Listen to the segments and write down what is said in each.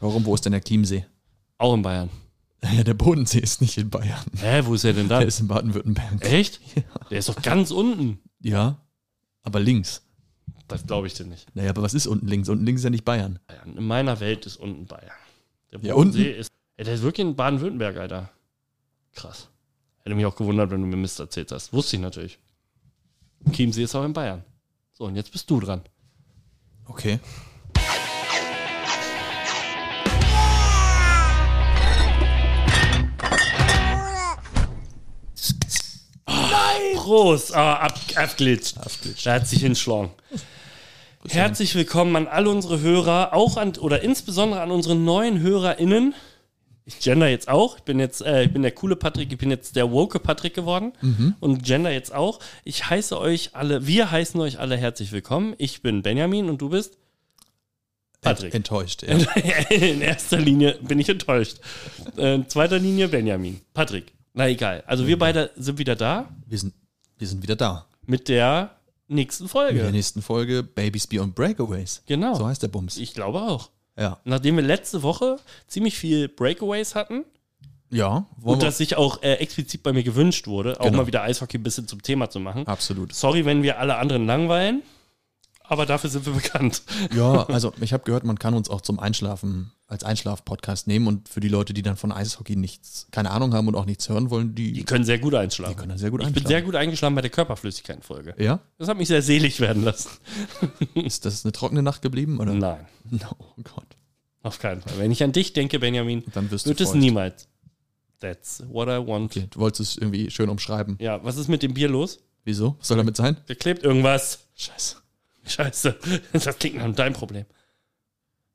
Warum, wo ist denn der Chiemsee? Auch in Bayern. Ja, der Bodensee ist nicht in Bayern. Hä, wo ist er denn da? Der ist in Baden-Württemberg. Echt? Der ist doch ganz unten. Ja, aber links. Das glaube ich dir nicht. Naja, aber was ist unten links? Unten links ist ja nicht Bayern. Bayern. In meiner Welt ist unten Bayern. Der Ja, Bodensee ist. Ey, der ist wirklich in Baden-Württemberg, Alter. Krass. Hätte mich auch gewundert, wenn du mir Mist erzählt hast. Wusste ich natürlich. Chiemsee ist auch in Bayern. So, und jetzt bist du dran. Okay. Prost! Ah, ab, abglitscht. Da hat sich hinschlagen. Herzlich willkommen an all unsere Hörer, auch an oder insbesondere an unsere neuen HörerInnen. Ich gender jetzt auch. Ich bin jetzt, äh, ich bin der coole Patrick, ich bin jetzt der woke Patrick geworden und gender jetzt auch. Ich heiße euch alle, wir heißen euch alle herzlich willkommen. Ich bin Benjamin und du bist Äh, Patrick. Enttäuscht, ja. In erster Linie bin ich enttäuscht. Äh, In zweiter Linie Benjamin. Patrick. Na egal. Also wir beide sind wieder da Wir sind, wir sind wieder da. mit der nächsten Folge. In der nächsten Folge Babies Beyond Breakaways. Genau. So heißt der Bums. Ich glaube auch. ja. Nachdem wir letzte Woche ziemlich viel Breakaways hatten Ja, wollen und wir- das sich auch äh, explizit bei mir gewünscht wurde, auch Genau. Ah, mal wieder Eishockey ein bisschen zum Thema zu machen. Absolut. Sorry, wenn wir alle anderen langweilen, aber dafür sind wir bekannt. Ja, also ich habe gehört, man kann uns auch zum Einschlafen als Einschlaf-Podcast nehmen und für die Leute, die dann von Eishockey nichts, keine Ahnung haben und auch nichts hören wollen, die, Die können sehr gut einschlagen. Die können sehr gut ich bin einschlagen. sehr gut eingeschlagen bei der Körperflüssigkeitenfolge. ja? Das hat mich sehr selig werden lassen. Ist das eine trockene Nacht geblieben? Oder? Nein, No, oh Gott. auf keinen Fall. Wenn ich an dich denke, Benjamin, Dann wirst wird du es feucht. niemals. That's what I want. Okay, du wolltest es irgendwie schön umschreiben. Ja, was ist mit dem Bier los? Wieso? Was soll damit sein? Da klebt irgendwas. Scheiße. Scheiße, das klingt nach deinem Problem.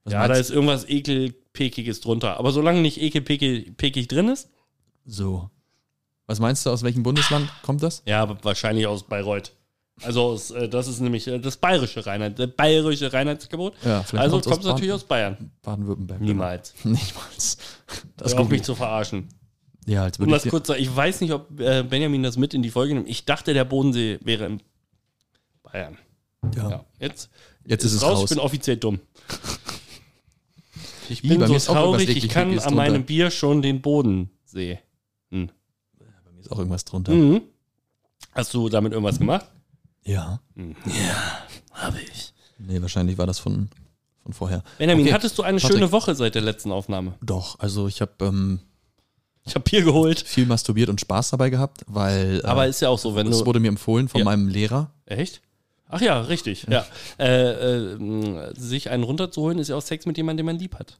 Was ja, da meinst ist irgendwas ekelpekiges drunter. Aber solange nicht ekelpekig drin ist, du? So. Was meinst du, aus welchem Bundesland kommt das? ja, aber wahrscheinlich aus Bayreuth. Also aus, äh, das ist nämlich äh, das bayerische Reinheit, das bayerische Reinheitsgebot. Ja, vielleicht also kommt's aus kommt es natürlich Baden- aus Bayern. Baden-Württemberg. Niemals. Niemals. Das Das Hör auf kommt mich nicht. zu verarschen. Ja, als Um würde ich das dir, kurz, zu- ich weiß nicht, ob äh, Benjamin das mit in die Folge nimmt. Ich dachte, der Bodensee wäre in Bayern. ja. Ja, jetzt, Jetzt ist es Ich raus. bin offiziell dumm. Ich Ih, bin bei mir so ist auch irgendwas traurig, ich eklig- kann ekliges an drunter. meinem Bier schon den Boden sehen. Bei mir ist auch irgendwas drunter. Mhm. Hast du damit irgendwas gemacht? Ja. Habe ich. Nee, wahrscheinlich war das von, von vorher. Benjamin, Okay, hattest du eine Patrick. schöne Woche seit der letzten Aufnahme? Doch, also ich habe ähm, Ich habe Bier geholt. viel masturbiert und Spaß dabei gehabt, weil äh, Aber ist ja auch so, wenn das du. wurde mir empfohlen von Ja. meinem Lehrer. Echt? Ach ja, richtig. Ja. Äh, äh, mh, sich einen runterzuholen ist ja auch Sex mit jemandem, den man lieb hat.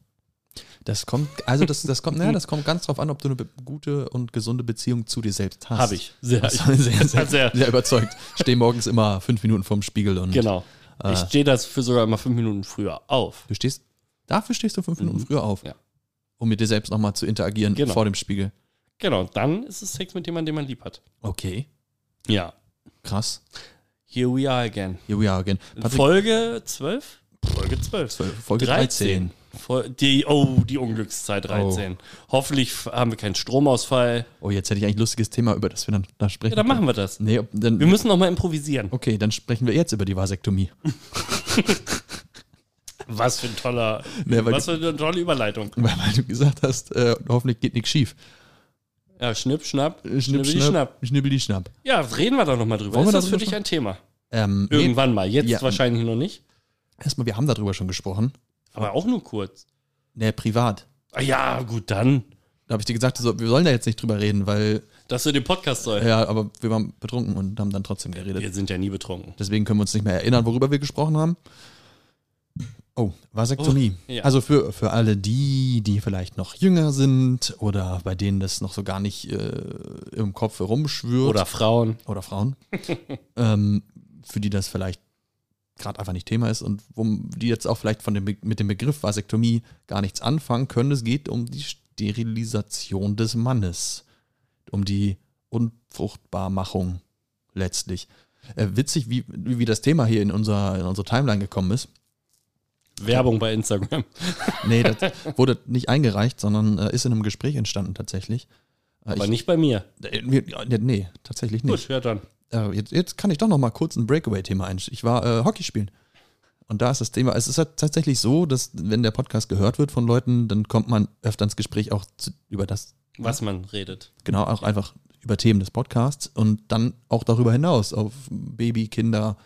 Das kommt, also das, das kommt, naja, das kommt ganz drauf an, ob du eine be- gute und gesunde Beziehung zu dir selbst hast. Habe ich. Sehr. Das war sehr, sehr, Sehr. sehr, überzeugt. Steh morgens immer fünf Minuten vorm Spiegel und Genau. Ah. Ich stehe dafür sogar immer fünf Minuten früher auf. du stehst, dafür stehst du fünf Minuten früher auf. Mhm. Ja. Um mit dir selbst nochmal zu interagieren Genau. vor dem Spiegel. Genau, dann ist es Sex mit jemandem, den man lieb hat. Okay. Ja. Krass. Here we are again. Here we are again. Patrick, äh, Folge 12? Folge 12. Folge 13. Voll- Die, oh, die Unglückszeit 13. Hoffentlich f- haben wir keinen Stromausfall. Oh, jetzt hätte ich eigentlich ein lustiges Thema, über das wir dann da sprechen. Ja, dann machen wir das. Nee, ob, dann, Wir müssen noch mal improvisieren. okay, dann sprechen wir jetzt über die Vasektomie. Was für ein toller, Nee, weil was für eine tolle Überleitung. Weil, weil du gesagt hast, äh, hoffentlich geht nichts schief. Ja, schnipp, schnapp, Äh, Schnipp, schnippeli, schnapp, schnippeli, schnapp. Ja, reden wir doch noch mal drüber. Wollen wir Ist das darüber für dich sprechen? ein Thema? Ähm, nee, Irgendwann mal. Jetzt Ja. wahrscheinlich noch nicht, erstmal, wir haben darüber schon gesprochen. aber auch nur kurz. Nee, privat. Ah, ja, gut, dann. Da habe ich dir gesagt, so, wir sollen da jetzt nicht drüber reden, weil, Dass wir den Podcast sollen. ja, aber wir waren betrunken und haben dann trotzdem geredet. Wir sind ja nie betrunken. Deswegen können wir uns nicht mehr erinnern, worüber wir gesprochen haben. Oh, Vasektomie. Oh, ja. Also für, für alle die, die vielleicht noch jünger sind oder bei denen das noch so gar nicht äh, im Kopf herumschwirrt. Oder Frauen. oder Frauen, ähm, für die das vielleicht gerade einfach nicht Thema ist und wo die jetzt auch vielleicht von dem Be mit dem Begriff Vasektomie gar nichts anfangen können. Es geht um die Sterilisation des Mannes, um die Unfruchtbarmachung letztlich. Äh, witzig, wie, wie wie das Thema hier in, unser, in unsere Timeline gekommen ist. Werbung bei Instagram. Nee, das wurde nicht eingereicht, sondern äh, ist in einem Gespräch entstanden tatsächlich. Äh, Aber ich- nicht bei mir. äh, wir- ja, nee, tatsächlich nicht. Gut, ja dann. äh, jetzt, jetzt kann ich doch noch mal kurz ein Breakaway-Thema einstellen. Ich war äh, Hockey spielen. Und da ist das Thema, es ist halt tatsächlich so, dass wenn der Podcast gehört wird von Leuten, dann kommt man öfter ins Gespräch auch zu, über das, was man redet. genau, auch einfach über Themen des Podcasts und dann auch darüber hinaus auf Baby, Kinder,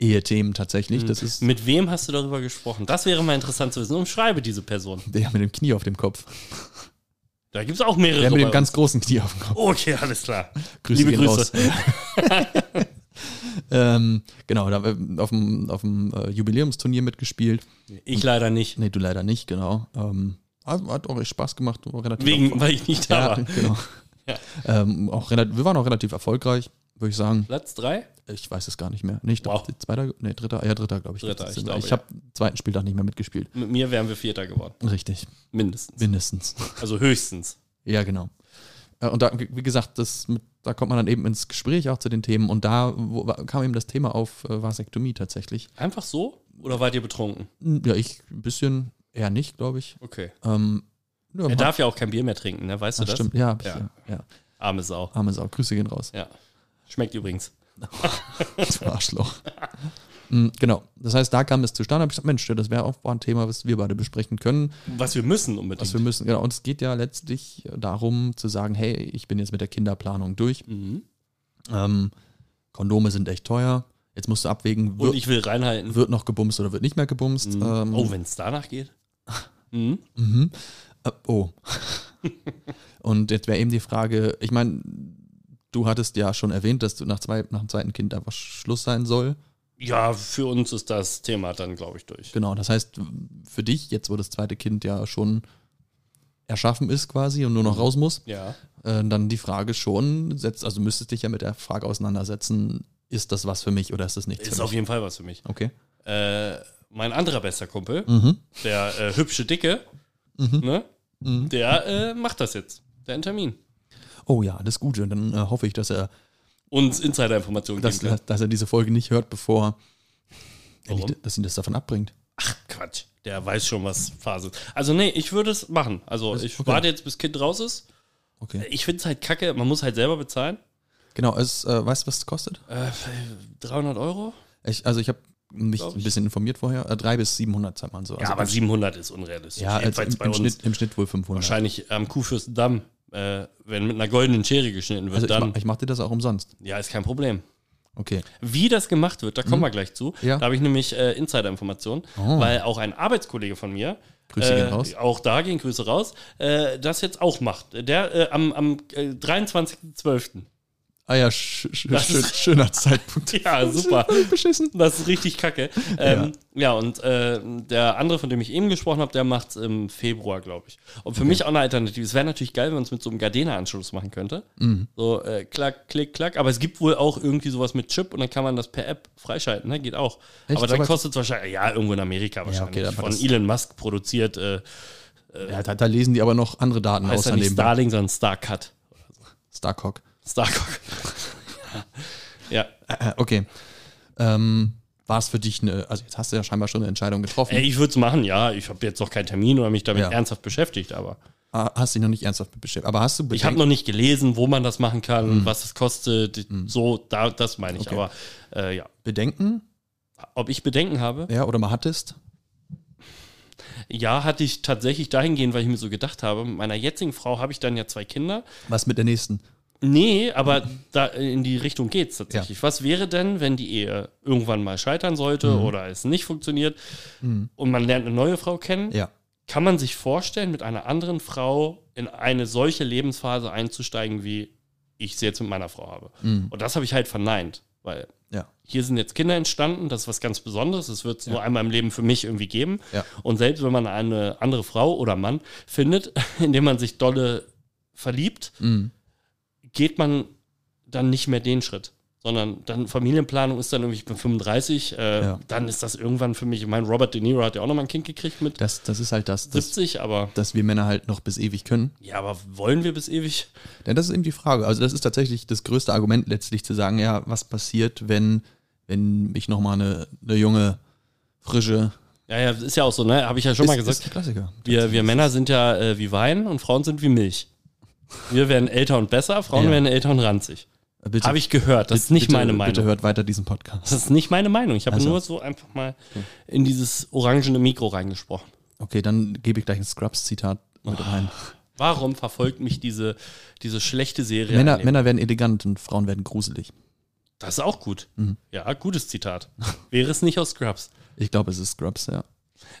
Ehe-Themen tatsächlich. Mhm. Das ist Mit wem hast du darüber gesprochen? Das wäre mal interessant zu wissen. Umschreibe diese Person. der mit dem Knie auf dem Kopf. Da gibt es auch mehrere. Der mit dem bei ganz großen Knie auf dem Kopf. uns. okay, alles klar. Grüße Liebe gehen Grüße. raus. ähm, genau, da haben wir auf dem, auf dem äh, Jubiläumsturnier mitgespielt. Ich leider nicht. Nee, du leider nicht, genau. Ähm, hat hat auch echt Spaß gemacht. War relativ Wegen, erfolgreich. weil ich nicht da ja, war. genau. Ja. Ähm, auch relativ, wir waren auch relativ erfolgreich, würde ich sagen. Platz drei? Ich weiß es gar nicht mehr. Nee, ich glaub, Wow. zweiter, nee, dritter, ja, dritter, glaube ich. Dritter, Das ich sind- glaube, ich ja. habe zweiten Spieltag nicht mehr mitgespielt. Mit mir wären wir Vierter geworden. Richtig, Mindestens. mindestens. Also höchstens. Ja, genau. Äh, Und da, wie gesagt, das mit, da kommt man dann eben ins Gespräch auch zu den Themen und da wo, kam eben das Thema auf äh, Vasektomie tatsächlich. Hm, Einfach so? Oder wart ihr betrunken? Ja, ich ein bisschen, eher nicht, glaube ich. Okay. Ähm, ja, Er darf ja auch kein Bier mehr trinken, ne? Weißt du ach, das? stimmt, Ah. ja, hab ich, Ja. ja. ja. Arme Sau. Arme Sau, Grüße gehen raus. Ja. Schmeckt übrigens. Du Arschloch. Mm, genau. Das heißt, da kam es zustande. Hab ich gesagt, Mensch, das wäre auch mal ein Thema, was wir beide besprechen können. Was wir müssen unbedingt. Was wir müssen. Genau. Und es geht ja letztlich darum zu sagen, hey, ich bin jetzt mit der Kinderplanung durch. mhm. Ähm, Kondome sind echt teuer. Jetzt musst du abwägen, Und wird, ich will reinhalten. wird noch gebumst oder wird nicht mehr gebumst. Mhm. Ähm, oh, wenn es danach geht. Mhm. Mhm. Äh, oh. Und jetzt wäre eben die Frage, ich meine, du hattest ja schon erwähnt, dass du nach, zwei, nach dem zweiten Kind einfach Schluss sein soll. Ja, für uns ist das Thema dann, glaube ich, durch. Genau, das heißt, für dich, jetzt wo das zweite Kind ja schon erschaffen ist quasi und nur noch raus muss, Ja. äh, dann die Frage schon, setzt, also müsstest dich ja mit der Frage auseinandersetzen, ist das was für mich oder ist das nichts Ist für auf mich? jeden Fall was für mich. Okay. Äh, mein anderer bester Kumpel, Mhm. der äh, hübsche Dicke, ne? Mhm. der äh, macht das jetzt. Der hat einen Termin. Oh ja, das Gute. Und dann äh, hoffe ich, dass er, Uns Insider-Informationen geben dass, kann. dass er diese Folge nicht hört, bevor er Warum? nicht, dass ihn das davon abbringt. Quatsch. Der weiß schon, was Phase ist. Also, nee, ich würde es machen. Also, ich okay. warte jetzt, bis Kind raus ist. Okay. Ich finde es halt kacke. Man muss halt selber bezahlen. Genau, es, äh, weißt du, was es kostet? Äh, 300 Euro? Ich, also ich habe mich Glaub ich. ein bisschen informiert vorher. Äh, drei bis 700 zahlt man so. Ja, also, aber 700 ist unrealistisch. ja, also Jedenfalls im, bei im, uns. Schnitt, im Schnitt wohl 500. Wahrscheinlich am Kuhfürstendamm, äh, wenn mit einer goldenen Schere geschnitten wird, Also ich, dann. ma- ich mache dir das auch umsonst. ja, ist kein Problem. Okay. Wie das gemacht wird, da kommen wir gleich zu. Mhm. Ja. Da habe ich nämlich äh, Insider-Informationen, Oh. weil auch ein Arbeitskollege von mir, Grüße äh, gehen raus. auch da gehen Grüße raus, äh, das jetzt auch macht. Der äh, am, am äh, 23.12. Ah ja, sch sch Das schön, schöner Zeitpunkt. Ja, super. Völlig Beschissen. Das ist richtig kacke. Ähm, ja. und äh, der andere, von dem ich eben gesprochen habe, der macht es im Februar, glaube ich. Und für mich auch eine Alternative. Es wäre natürlich geil, wenn man es mit so einem Gardena-Anschluss machen könnte. Mhm. So äh, klack, klick, klack. Aber es gibt wohl auch irgendwie sowas mit Chip und dann kann man das per App freischalten. Ne? Geht auch. Echt? Aber dann Sowas? kostet es wahrscheinlich, ja, irgendwo in Amerika wahrscheinlich. okay, dann war von das- Elon Musk produziert. Äh, Ja, da, da lesen die aber noch andere Daten heißt aus ja an nicht dem Starlink, sondern Starcut. Starcock. Starcock. ja. Äh, okay. Ähm, war es für dich eine, also jetzt hast du ja scheinbar schon eine Entscheidung getroffen. Ey, ich würde es machen, ja. Ich habe jetzt noch keinen Termin oder mich damit Ja. ernsthaft beschäftigt, aber. Ah, Hast dich noch nicht ernsthaft mit beschäftigt. Aber hast du Ich habe Bedenken- noch nicht gelesen, wo man das machen kann, was es kostet, so, da, das meine ich. Mhm. Okay. Aber äh, ja, Bedenken? ob ich Bedenken habe? Ja, oder mal hattest? Ja, hatte ich tatsächlich dahingehend, weil ich mir so gedacht habe, mit meiner jetzigen Frau habe ich dann ja zwei Kinder. Was mit der nächsten? Nee, aber da in die Richtung geht's tatsächlich. Was wäre denn, wenn die Ehe irgendwann mal scheitern sollte Mhm. oder es nicht funktioniert und man lernt eine neue Frau kennen? Ja. Kann man sich vorstellen, mit einer anderen Frau in eine solche Lebensphase einzusteigen, wie ich sie jetzt mit meiner Frau habe? Mm. Und das habe ich halt verneint, weil Ja. hier sind jetzt Kinder entstanden, das ist was ganz Besonderes, das wird es nur einmal im Leben für mich irgendwie geben. Ja. Und selbst wenn man eine andere Frau oder Mann findet, indem man sich dolle verliebt, Mhm. geht man dann nicht mehr den Schritt. Sondern dann Familienplanung ist dann irgendwie, ich bin 35, äh, Ja. dann ist das irgendwann für mich, ich meine, Robert De Niro hat ja auch nochmal ein Kind gekriegt mit Das, das ist halt das, das, 70, aber dass wir Männer halt noch bis ewig können. ja, aber wollen wir bis ewig? Denn das ist eben die Frage. Also das ist tatsächlich das größte Argument letztlich zu sagen, ja, was passiert, wenn, wenn ich nochmal eine, eine junge, frische... Ja, ja, ist ja auch so, ne? Habe ich ja schon mal Ist- gesagt. Ist ein Klassiker. Wir, wir Männer sind ja äh, wie Wein und Frauen sind wie Milch. Wir werden älter und besser, Frauen Ja. werden älter und ranzig. Bitte, Habe ich gehört. Das ist bitte- nicht bitte, meine Bitte Meinung. hört weiter diesen Podcast. Das ist nicht meine Meinung. Ich habe Also. nur so einfach mal in dieses orangene Mikro reingesprochen. Okay, dann gebe ich gleich ein Scrubs-Zitat mit rein. Warum verfolgt mich diese, diese schlechte Serie? Männer, an dem- Männer werden elegant und Frauen werden gruselig. Das ist auch gut. Mhm. Ja, gutes Zitat. Wäre es nicht aus Scrubs. Ich glaube, es ist Scrubs, ja.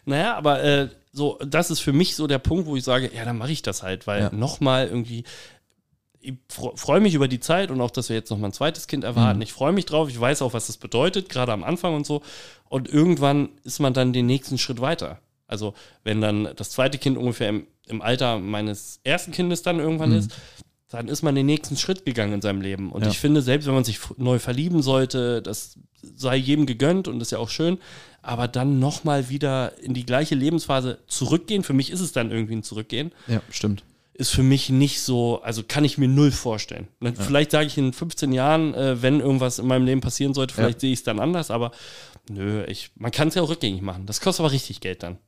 Naja, aber äh, so, das ist für mich so der Punkt, wo ich sage, ja, dann mache ich das halt, weil Ja. nochmal irgendwie, ich fro- freue mich über die Zeit und auch, dass wir jetzt nochmal ein zweites Kind Mhm. erwarten. Ich freue mich drauf, ich weiß auch, was das bedeutet, gerade am Anfang und so. Und irgendwann ist man dann den nächsten Schritt weiter. Also, wenn dann das zweite Kind ungefähr im, im Alter meines ersten Kindes dann irgendwann Mhm. ist, dann ist man den nächsten Schritt gegangen in seinem Leben. Und Ja. ich finde, selbst wenn man sich f- neu verlieben sollte, das sei jedem gegönnt und ist ja auch schön, aber dann nochmal wieder in die gleiche Lebensphase zurückgehen, für mich ist es dann irgendwie ein Zurückgehen, Ja, stimmt. ist für mich nicht so, also kann ich mir null vorstellen. Na, Vielleicht sage ich in 15 Jahren, äh, wenn irgendwas in meinem Leben passieren sollte, Ja. vielleicht sehe ich es dann anders, aber nö, ich, man kann es ja auch rückgängig machen. Das kostet aber richtig Geld dann.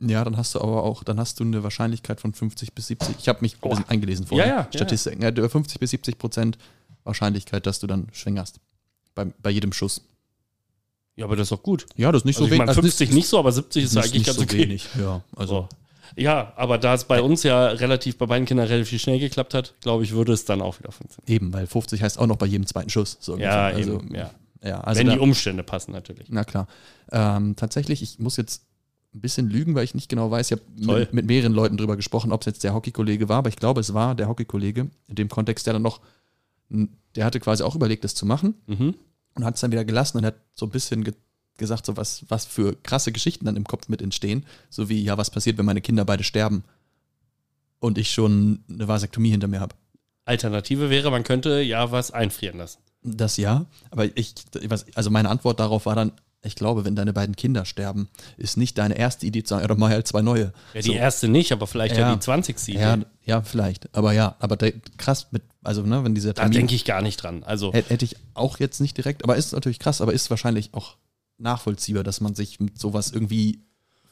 Ja, dann hast du aber auch, dann hast du eine Wahrscheinlichkeit von 50 bis 70. Ich habe mich ein bisschen eingelesen vorher. Ja, ja, ja, Statistiken. Ja, 50 bis 70 Prozent Wahrscheinlichkeit, dass du dann schwängerst. Bei, bei jedem Schuss. Ja, aber das ist doch gut. Ja, das ist nicht Also so ich wenig. meine, also 50 nicht so, aber 70 ist ja nicht, nicht eigentlich ganz so okay. wenig. Ja, also So. Ja, aber da es bei uns ja relativ, bei beiden Kindern relativ schnell geklappt hat, glaube ich, würde es dann auch wieder funktionieren. eben, weil 50 heißt auch noch bei jedem zweiten Schuss. So Ja, ungefähr. also, eben, ja. ja, also Wenn da, die Umstände passen natürlich. Na klar. Ähm, tatsächlich, ich muss jetzt ein bisschen lügen, weil ich nicht genau weiß. Ich habe Toll. mit, mit mehreren Leuten drüber gesprochen, ob es jetzt der Hockeykollege war, aber ich glaube, es war der Hockeykollege in dem Kontext, der dann noch, der hatte quasi auch überlegt, das zu machen Mhm. und hat es dann wieder gelassen und hat so ein bisschen ge gesagt, so was, was für krasse Geschichten dann im Kopf mit entstehen. So wie, ja, was passiert, wenn meine Kinder beide sterben und ich schon eine Vasektomie hinter mir habe. Alternative wäre, man könnte ja was einfrieren lassen. Das ja, aber ich, ich weiß, also meine Antwort darauf war dann, ich glaube, wenn deine beiden Kinder sterben, ist nicht deine erste Idee zu sagen, ja, dann mach ich halt zwei neue. Ja, die So. erste nicht, aber vielleicht ja, Ja. die 20. Idee. Ja, ja, vielleicht. Aber ja, aber der, krass mit, also ne, wenn dieser da Termin, denke ich gar nicht dran. Also, hätte, hätte ich auch jetzt nicht direkt, aber ist natürlich krass, aber ist wahrscheinlich auch nachvollziehbar, dass man sich mit sowas irgendwie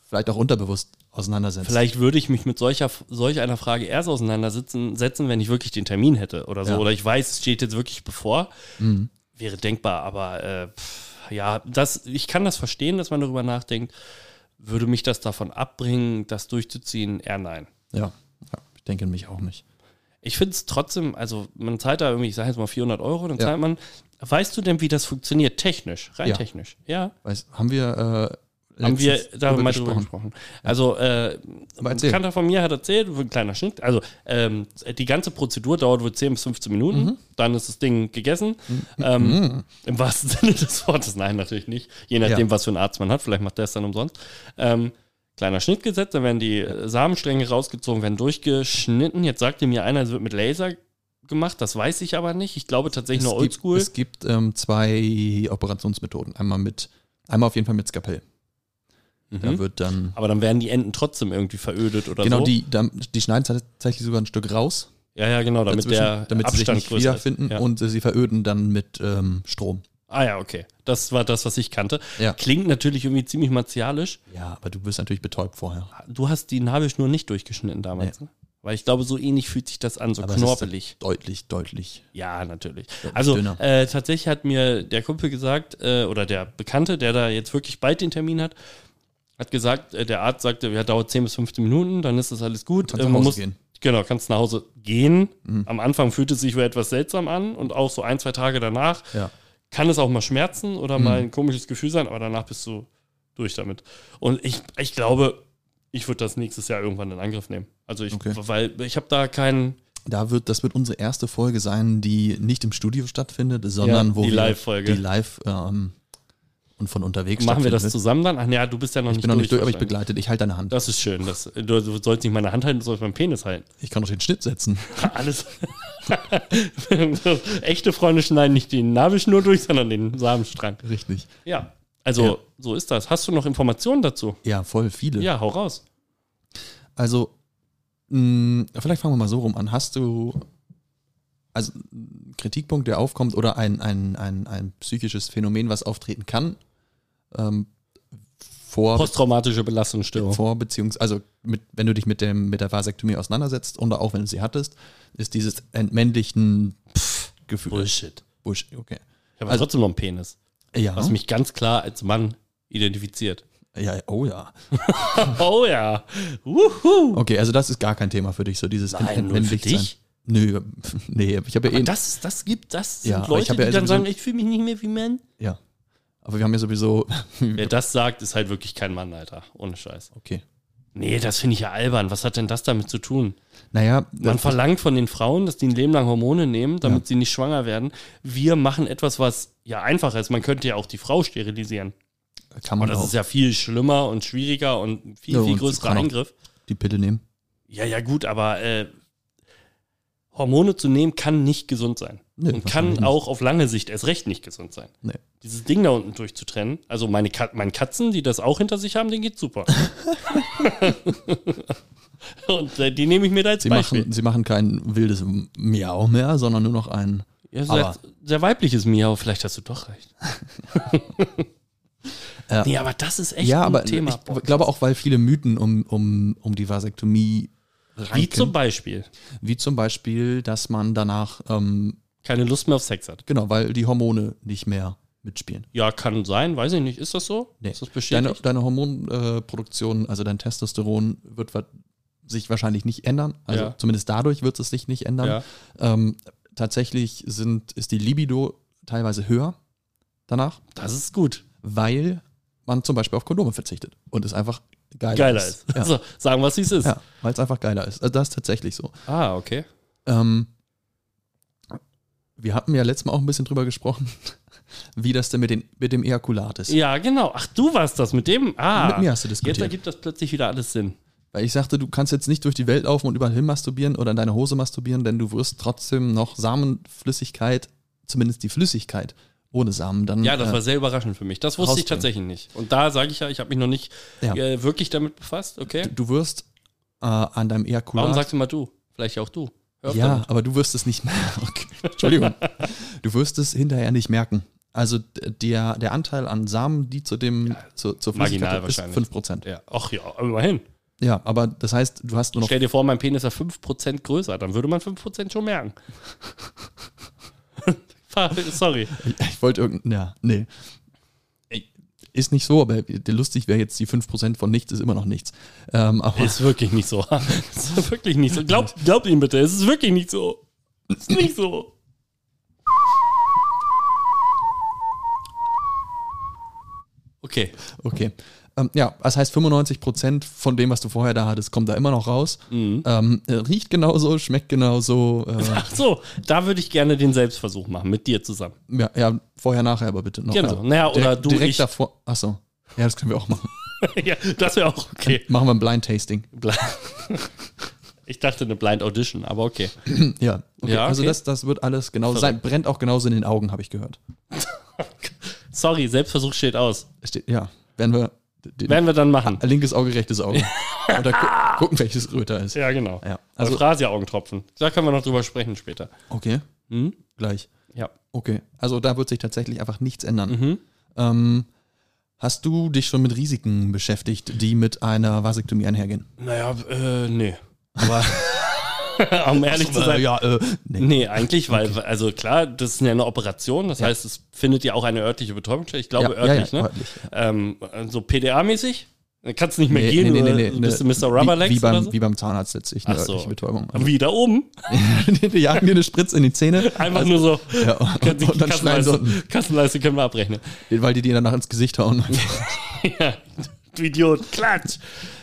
vielleicht auch unterbewusst auseinandersetzt. vielleicht würde ich mich mit solcher, solch einer Frage erst auseinandersetzen, setzen, wenn ich wirklich den Termin hätte oder so. Ja. Oder ich weiß, es steht jetzt wirklich bevor. Mhm. wäre denkbar, aber äh, pff, ja, das, ich kann das verstehen, dass man darüber nachdenkt. Würde mich das davon abbringen, das durchzuziehen? Eher nein. Ja. ja, ich denke mich auch nicht. Ich finde es trotzdem, also man zahlt da irgendwie, ich sage jetzt mal 400 Euro, dann Ja. zahlt man. Weißt du denn, wie das funktioniert? Technisch, rein Ja. technisch. Ja. Weiß, haben wir, äh, Haben wir letztens da mal drüber gesprochen. Also, äh, Aber ein erzähl. Bekannter von mir hat erzählt, ein kleiner Schnitt, also ähm, die ganze Prozedur dauert wohl 10 bis 15 Minuten, Mhm. dann ist das Ding gegessen. Ähm, Im wahrsten Sinne des Wortes, nein, natürlich nicht. Je nachdem, Ja. was für einen Arzt man hat, vielleicht macht der es dann umsonst. Ähm, kleiner Schnitt gesetzt, dann werden die äh, Samenstränge rausgezogen, werden durchgeschnitten. Jetzt sagte mir einer, es wird mit Laser gemacht, das weiß ich aber nicht. Ich glaube tatsächlich nur es gibt, oldschool. es gibt ähm, zwei Operationsmethoden. Einmal mit, einmal auf jeden Fall mit Skalpell. Da Mhm. wird dann Aber dann werden die Enden trotzdem irgendwie verödet oder genau so. die, da, die schneiden tatsächlich sogar ein Stück raus, Ja, ja, genau, damit dazwischen, der damit sie sich Abstand nicht größer ist. wiederfinden Ja. und äh, sie veröden dann mit ähm, Strom. Ah ja, okay. Das war das, was ich kannte. Ja. Klingt natürlich irgendwie ziemlich martialisch. Ja, aber du wirst natürlich betäubt vorher. Du hast die Nabelschnur nicht durchgeschnitten damals, ne? Weil ich glaube, so ähnlich fühlt sich das an, so Aber es ist knorpelig. Deutlich, deutlich. Ja, natürlich. Also dünner. äh, tatsächlich hat mir der Kumpel gesagt, äh, oder der Bekannte, der da jetzt wirklich bald den Termin hat, hat gesagt, äh, der Arzt sagte, ja, dauert 10 bis 15 Minuten, dann ist das alles gut. Kannst äh, nach Hause gehen. Mhm. Genau, kannst nach Hause gehen. Am Anfang fühlt es sich wohl etwas seltsam an und auch so ein, zwei Tage danach Ja. kann es auch mal schmerzen oder mal Hm. ein komisches Gefühl sein, aber danach bist du durch damit. Und ich, ich glaube, ich würde das nächstes Jahr irgendwann in Angriff nehmen. Also ich, Okay. weil ich habe da keinen, Da wird, das wird unsere erste Folge sein, die nicht im Studio stattfindet, sondern Ja, wo die wir Live-Folge. die live ähm, und von unterwegs machen wir das stattfindet. zusammen dann? Ach ja, du bist ja noch Ich nicht bin noch nicht durch, aber ich wahrscheinlich. begleite dich. Ich halte deine Hand. Das ist schön. Das, du, du sollst nicht meine Hand halten, du sollst meinen Penis halten. Ich kann doch den Schnitt setzen. Alles. Echte Freunde schneiden nicht die Nabelschnur durch, sondern den Samenstrang. Richtig. Ja. Also, Ja. so ist das. Hast du noch Informationen dazu? Ja, voll viele. Ja, hau raus. Also, mh, vielleicht fangen wir mal so rum an. Hast du also einen Kritikpunkt, der aufkommt, oder ein, ein, ein, ein psychisches Phänomen, was auftreten kann, ähm, vor, Posttraumatische Belastungsstörung. vor beziehungsweise, also mit, wenn du dich mit, dem, mit der Vasektomie auseinandersetzt, oder auch wenn du sie hattest, ist dieses Entmännlichen pff, Gefühl. Bullshit. Bullshit, okay. Ich habe Also- trotzdem noch einen Penis, Ja. was mich ganz klar als Mann identifiziert. ja, oh ja. Oh ja. Wuhu. Okay, also das ist gar kein Thema für dich, so dieses Nein, Ent- nur für Entmännlichsein. dich. Nö, nee, ich habe ja eh. Und das, ist- das gibt, das Ja, aber sind ich Leute, hab die ja also dann sowieso- sagen, ich fühle mich nicht mehr wie Mann. Ja. Aber wir haben ja sowieso. Wer das sagt, ist halt wirklich kein Mann, Alter. Ohne Scheiß. Okay. Nee, das finde ich ja albern. Was hat denn das damit zu tun? Naja, Man das, verlangt von den Frauen, dass die ein Leben lang Hormone nehmen, damit sie nicht schwanger werden. Wir machen etwas, was ja einfacher ist. Man könnte ja auch die Frau sterilisieren. kann Aber man das auch ist ja viel schlimmer und schwieriger und viel, Genau. Ja, viel und größerer kann auch- Eingriff. die Pille nehmen. Ja, ja, gut, aber äh, Hormone zu nehmen kann nicht gesund sein. Nee, und wahrscheinlich kann nicht. auch auf lange Sicht erst recht nicht gesund sein. Nee. Dieses Ding da unten durchzutrennen, also meine Kat meine Katzen, die das auch hinter sich haben, denen geht's super. und äh, die nehme ich mir da als Sie, Beispiel. machen, sie machen kein wildes Miau mehr, sondern nur noch ein. Ja, Aber- sehr, sehr weibliches Miau, vielleicht hast du doch recht. Ja. Nee, aber das ist echt ja, ein aber Thema. ich Boah, glaube auch, weil viele Mythen um, um, um die Vasektomie Wie ranken. zum Beispiel Wie zum Beispiel, dass man danach, ähm, keine Lust mehr auf Sex hat. genau, weil die Hormone nicht mehr mitspielen. Ja, kann sein, weiß ich nicht. Ist das so? Nee. Ist das Deine, bestätigt? deine Hormonproduktion, also dein Testosteron, wird wa- sich wahrscheinlich nicht ändern. Also Ja. zumindest dadurch wird es sich nicht ändern. ja. Ähm, tatsächlich sind, ist die Libido teilweise höher danach, Das ist gut. weil man zum Beispiel auf Kondome verzichtet und es einfach geiler, Geiler ist. ist. Also, sagen wir, was es ist. Ja, ja weil es einfach geiler ist. Also das ist tatsächlich so. Ah, okay. Ähm, wir hatten ja letztes Mal auch ein bisschen drüber gesprochen, wie das denn mit, den, mit dem Ejakulat ist. Ja, genau. Ach, du warst das mit dem. Ah, Mit mir hast du jetzt diskutiert. ergibt das plötzlich wieder alles Sinn. Weil ich sagte, du kannst jetzt nicht durch die Welt laufen und überall hin masturbieren oder in deine Hose masturbieren, denn du wirst trotzdem noch Samenflüssigkeit, zumindest die Flüssigkeit ohne Samen dann. Ja, das äh, war sehr überraschend für mich. Das wusste ich rausbringen. tatsächlich nicht. Und da sage ich ja, ich habe mich noch nicht Ja. äh, wirklich damit befasst. Okay. du, du wirst äh, an deinem Ejakulat. Warum sagst du mal du? Vielleicht auch du. Hör auf ja, damit. aber du wirst es nicht merken. Okay. Entschuldigung. Du wirst es hinterher nicht merken. Also d- der, der Anteil an Samen, die zu dem zu, zur marginal Flüssigkeit ist wahrscheinlich. 5%. Ja. Ach ja, immerhin. Ja, aber das heißt, du hast nur noch Stell dir vor, mein Penis ist 5% größer, dann würde man 5% schon merken. Sorry. Ich wollte irgendein. Ja, nee. Ist nicht so, aber lustig wäre jetzt, die 5% von nichts ist immer noch nichts. Ähm, aber Ist wirklich nicht so. ist wirklich nicht so. Glaubt glaubt ihm bitte, es ist wirklich nicht so. Ist nicht so. Okay. okay. Ähm, ja, das heißt, 95% von dem, was du vorher da hattest, kommt da immer noch raus. Mhm. Ähm, äh, riecht genauso, schmeckt genauso. Äh, Ach so, da würde ich gerne den Selbstversuch machen, mit dir zusammen. ja, ja, vorher, nachher, aber bitte noch. Also Genau. Naja, oder direkt, du, direkt ich. davor. Achso. Ja, das können wir auch machen. ja, das wäre auch okay. Machen wir ein Blind Tasting. Bl- Ich dachte eine Blind Audition, aber okay. Ja. Okay. Ja, Also okay. das, das wird alles genauso sein. Brennt auch genauso in den Augen, habe ich gehört. Sorry, Selbstversuch steht aus. Steht- Ja. Werden wir. die- Werden wir dann machen. Linkes Auge, rechtes Auge. Oder gu gucken, welches röter ist. Ja, genau. Ja, also- Also Phrasia-Augentropfen. Da können wir noch drüber sprechen später. Okay. Gleich. Hm? Ja. Mhm. Okay. Also da wird sich tatsächlich einfach nichts ändern. Ähm, hast du dich schon mit Risiken beschäftigt, die mit einer Vasektomie einhergehen? Naja, äh, nee. Aber um ehrlich zu Äh, sein. ja, äh, nee. Nee, eigentlich, weil, also klar, das ist ja eine Operation, das heißt, es findet ja auch eine örtliche Betäubung statt. Ich Ja, glaube ja, ja, örtlich, ne? örtlich, Ähm, so PDA-mäßig? Dann kannst du nicht Äh, mehr gehen, nee, nee, bist du Mr. Rubberlegs ne, wie, wie beim, oder so? wie beim Zahnarzt ne, letztlich, eine Ach so. örtliche Betäubung. Wie da oben? Also, die jagen dir eine Spritze in die Zähne, Also, Einfach nur so. ja, und, und dann schneiden sie unten, Kassenleiste, Kassenleiste können wir abrechnen. weil die dir danach ins Gesicht hauen. ja, du Idiot, klatsch!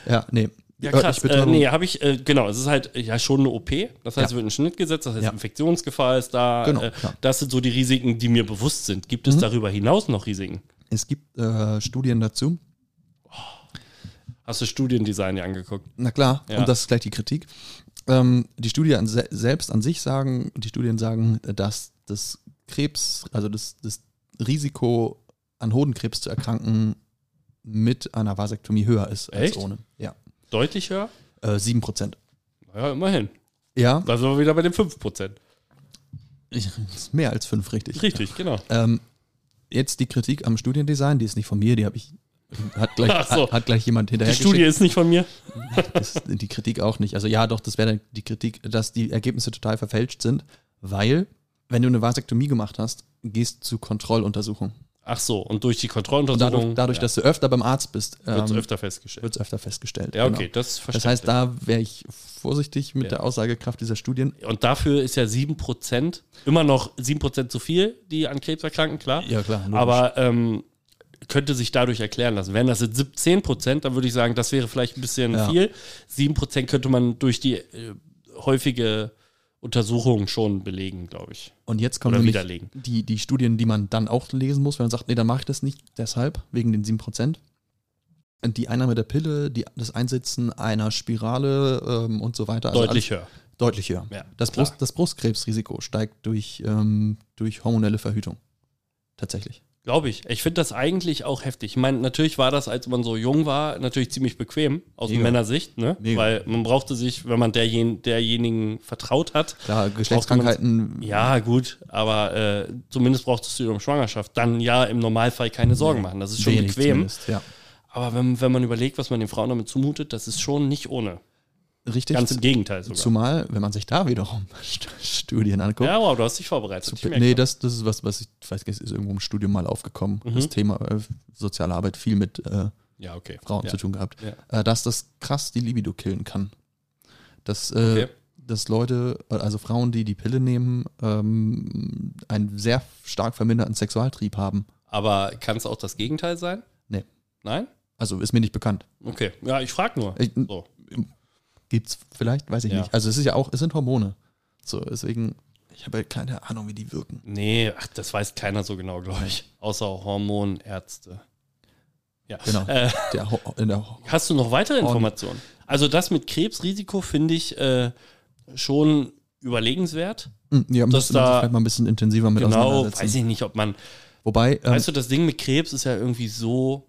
ja, nee. Ja, Örtliche krass. Äh, Betäubung. nee, habe ich, äh, genau, es ist halt äh, ja schon eine OP. Das heißt, es wird ein Schnitt gesetzt, das heißt, Ja. Infektionsgefahr ist da. Genau, Mhm. äh, klar. das sind so die Risiken, die mir bewusst sind. Gibt es darüber hinaus noch Risiken? Es gibt äh, Studien dazu. Hast du Studiendesign dir angeguckt? Na klar, Ja. und das ist gleich die Kritik. Ähm, die Studie an se selbst an sich sagen, die Studien sagen, dass das Krebs, also das, das Risiko an Hodenkrebs zu erkranken mit einer Vasektomie höher ist als Echt? ohne. Ja. Deutlich höher? Äh, 7%. Ja, immerhin. Ja, Da sind wir wieder bei den 5%. ich, ist mehr als 5, richtig. Richtig, genau. Ähm, jetzt die Kritik am Studiendesign, die ist nicht von mir, die habe ich. Hat gleich, Ach so. hat, hat gleich jemand hinterher Die Studie ist nicht von mir. das, die Kritik auch nicht. Also ja, doch, das wäre dann die Kritik, dass die Ergebnisse total verfälscht sind, weil wenn du eine Vasektomie gemacht hast, gehst zu Kontrolluntersuchung. Ach so, und durch die Und dadurch, Kontrolluntersuchung dadurch dass du öfter beim Arzt bist, wird es ähm, öfter festgestellt. wird es öfter festgestellt. Ja, okay, Genau. das Das verstehe heißt, da wäre ich vorsichtig mit Ja. der Aussagekraft dieser Studien. Und dafür ist ja 7%, immer noch 7% zu viel, die an Krebs erkranken, klar. Ja, klar. logisch. Aber ähm, könnte sich dadurch erklären lassen. Wären das jetzt 17 Prozent, dann würde ich sagen, das wäre vielleicht ein bisschen Ja. viel. 7 Prozent könnte man durch die äh, häufige Untersuchung schon belegen, glaube ich. Und jetzt kommen Oder nämlich widerlegen. die, die Studien, die man dann auch lesen muss, wenn man sagt, nee, dann mache ich das nicht, deshalb, wegen den 7%. Und Die Einnahme der Pille, die, das Einsetzen einer Spirale ähm, und so weiter. also Deutlich höher. alles Deutlich höher. Ja, das, klar. Brust, das Brustkrebsrisiko steigt durch, ähm, durch hormonelle Verhütung. Tatsächlich. Glaube ich. Ich finde das eigentlich auch heftig. Ich meine, natürlich war das, als man so jung war, natürlich ziemlich bequem aus Mega. Männersicht, ne? Mega. Weil man brauchte sich, wenn man derjen derjenigen vertraut hat, Klar, Geschlechtskrankheiten. Ja, gut, aber äh, zumindest brauchtest du dir um Schwangerschaft dann ja im Normalfall keine Sorgen machen. Das ist schon wenig bequem. zumindest, Ja. Aber wenn, wenn man überlegt, was man den Frauen damit zumutet, das ist schon nicht ohne. Richtig. Ganz im Gegenteil sogar. Zumal, wenn man sich da wiederum St- Studien anguckt. ja, wow, du hast dich vorbereitet. Ich merke Nee, das. das, das ist was, was ich weiß, nicht, ist irgendwo im Studium mal aufgekommen. Mhm. Das Thema äh, soziale Arbeit viel mit äh, ja, okay. Frauen ja. zu tun gehabt. Ja. Äh, dass das krass die Libido killen kann. Dass, äh, Okay. dass Leute, äh, also Frauen, die die Pille nehmen, ähm, einen sehr stark verminderten Sexualtrieb haben. Aber kann es auch das Gegenteil sein? Nee. Nein? Also ist mir nicht bekannt. Okay. Ja, ich frage nur. Ich, so. Gibt's vielleicht, weiß ich Ja. nicht. Also es ist ja auch, es sind Hormone. So, deswegen, ich habe ja keine Ahnung, wie die wirken. Nee, ach, das weiß keiner so genau, glaube ich. Außer Hormonärzte. Ja. Genau. Äh, Der, Ho- in der Ho- Hast du noch weitere Informationen? Also das mit Krebsrisiko finde ich äh, schon überlegenswert. Hm, ja, müsste man da- sich vielleicht mal ein bisschen intensiver mit Genau, auseinandersetzen. weiß ich nicht, ob man. Wobei, also ähm, weißt du, das Ding mit Krebs ist ja irgendwie so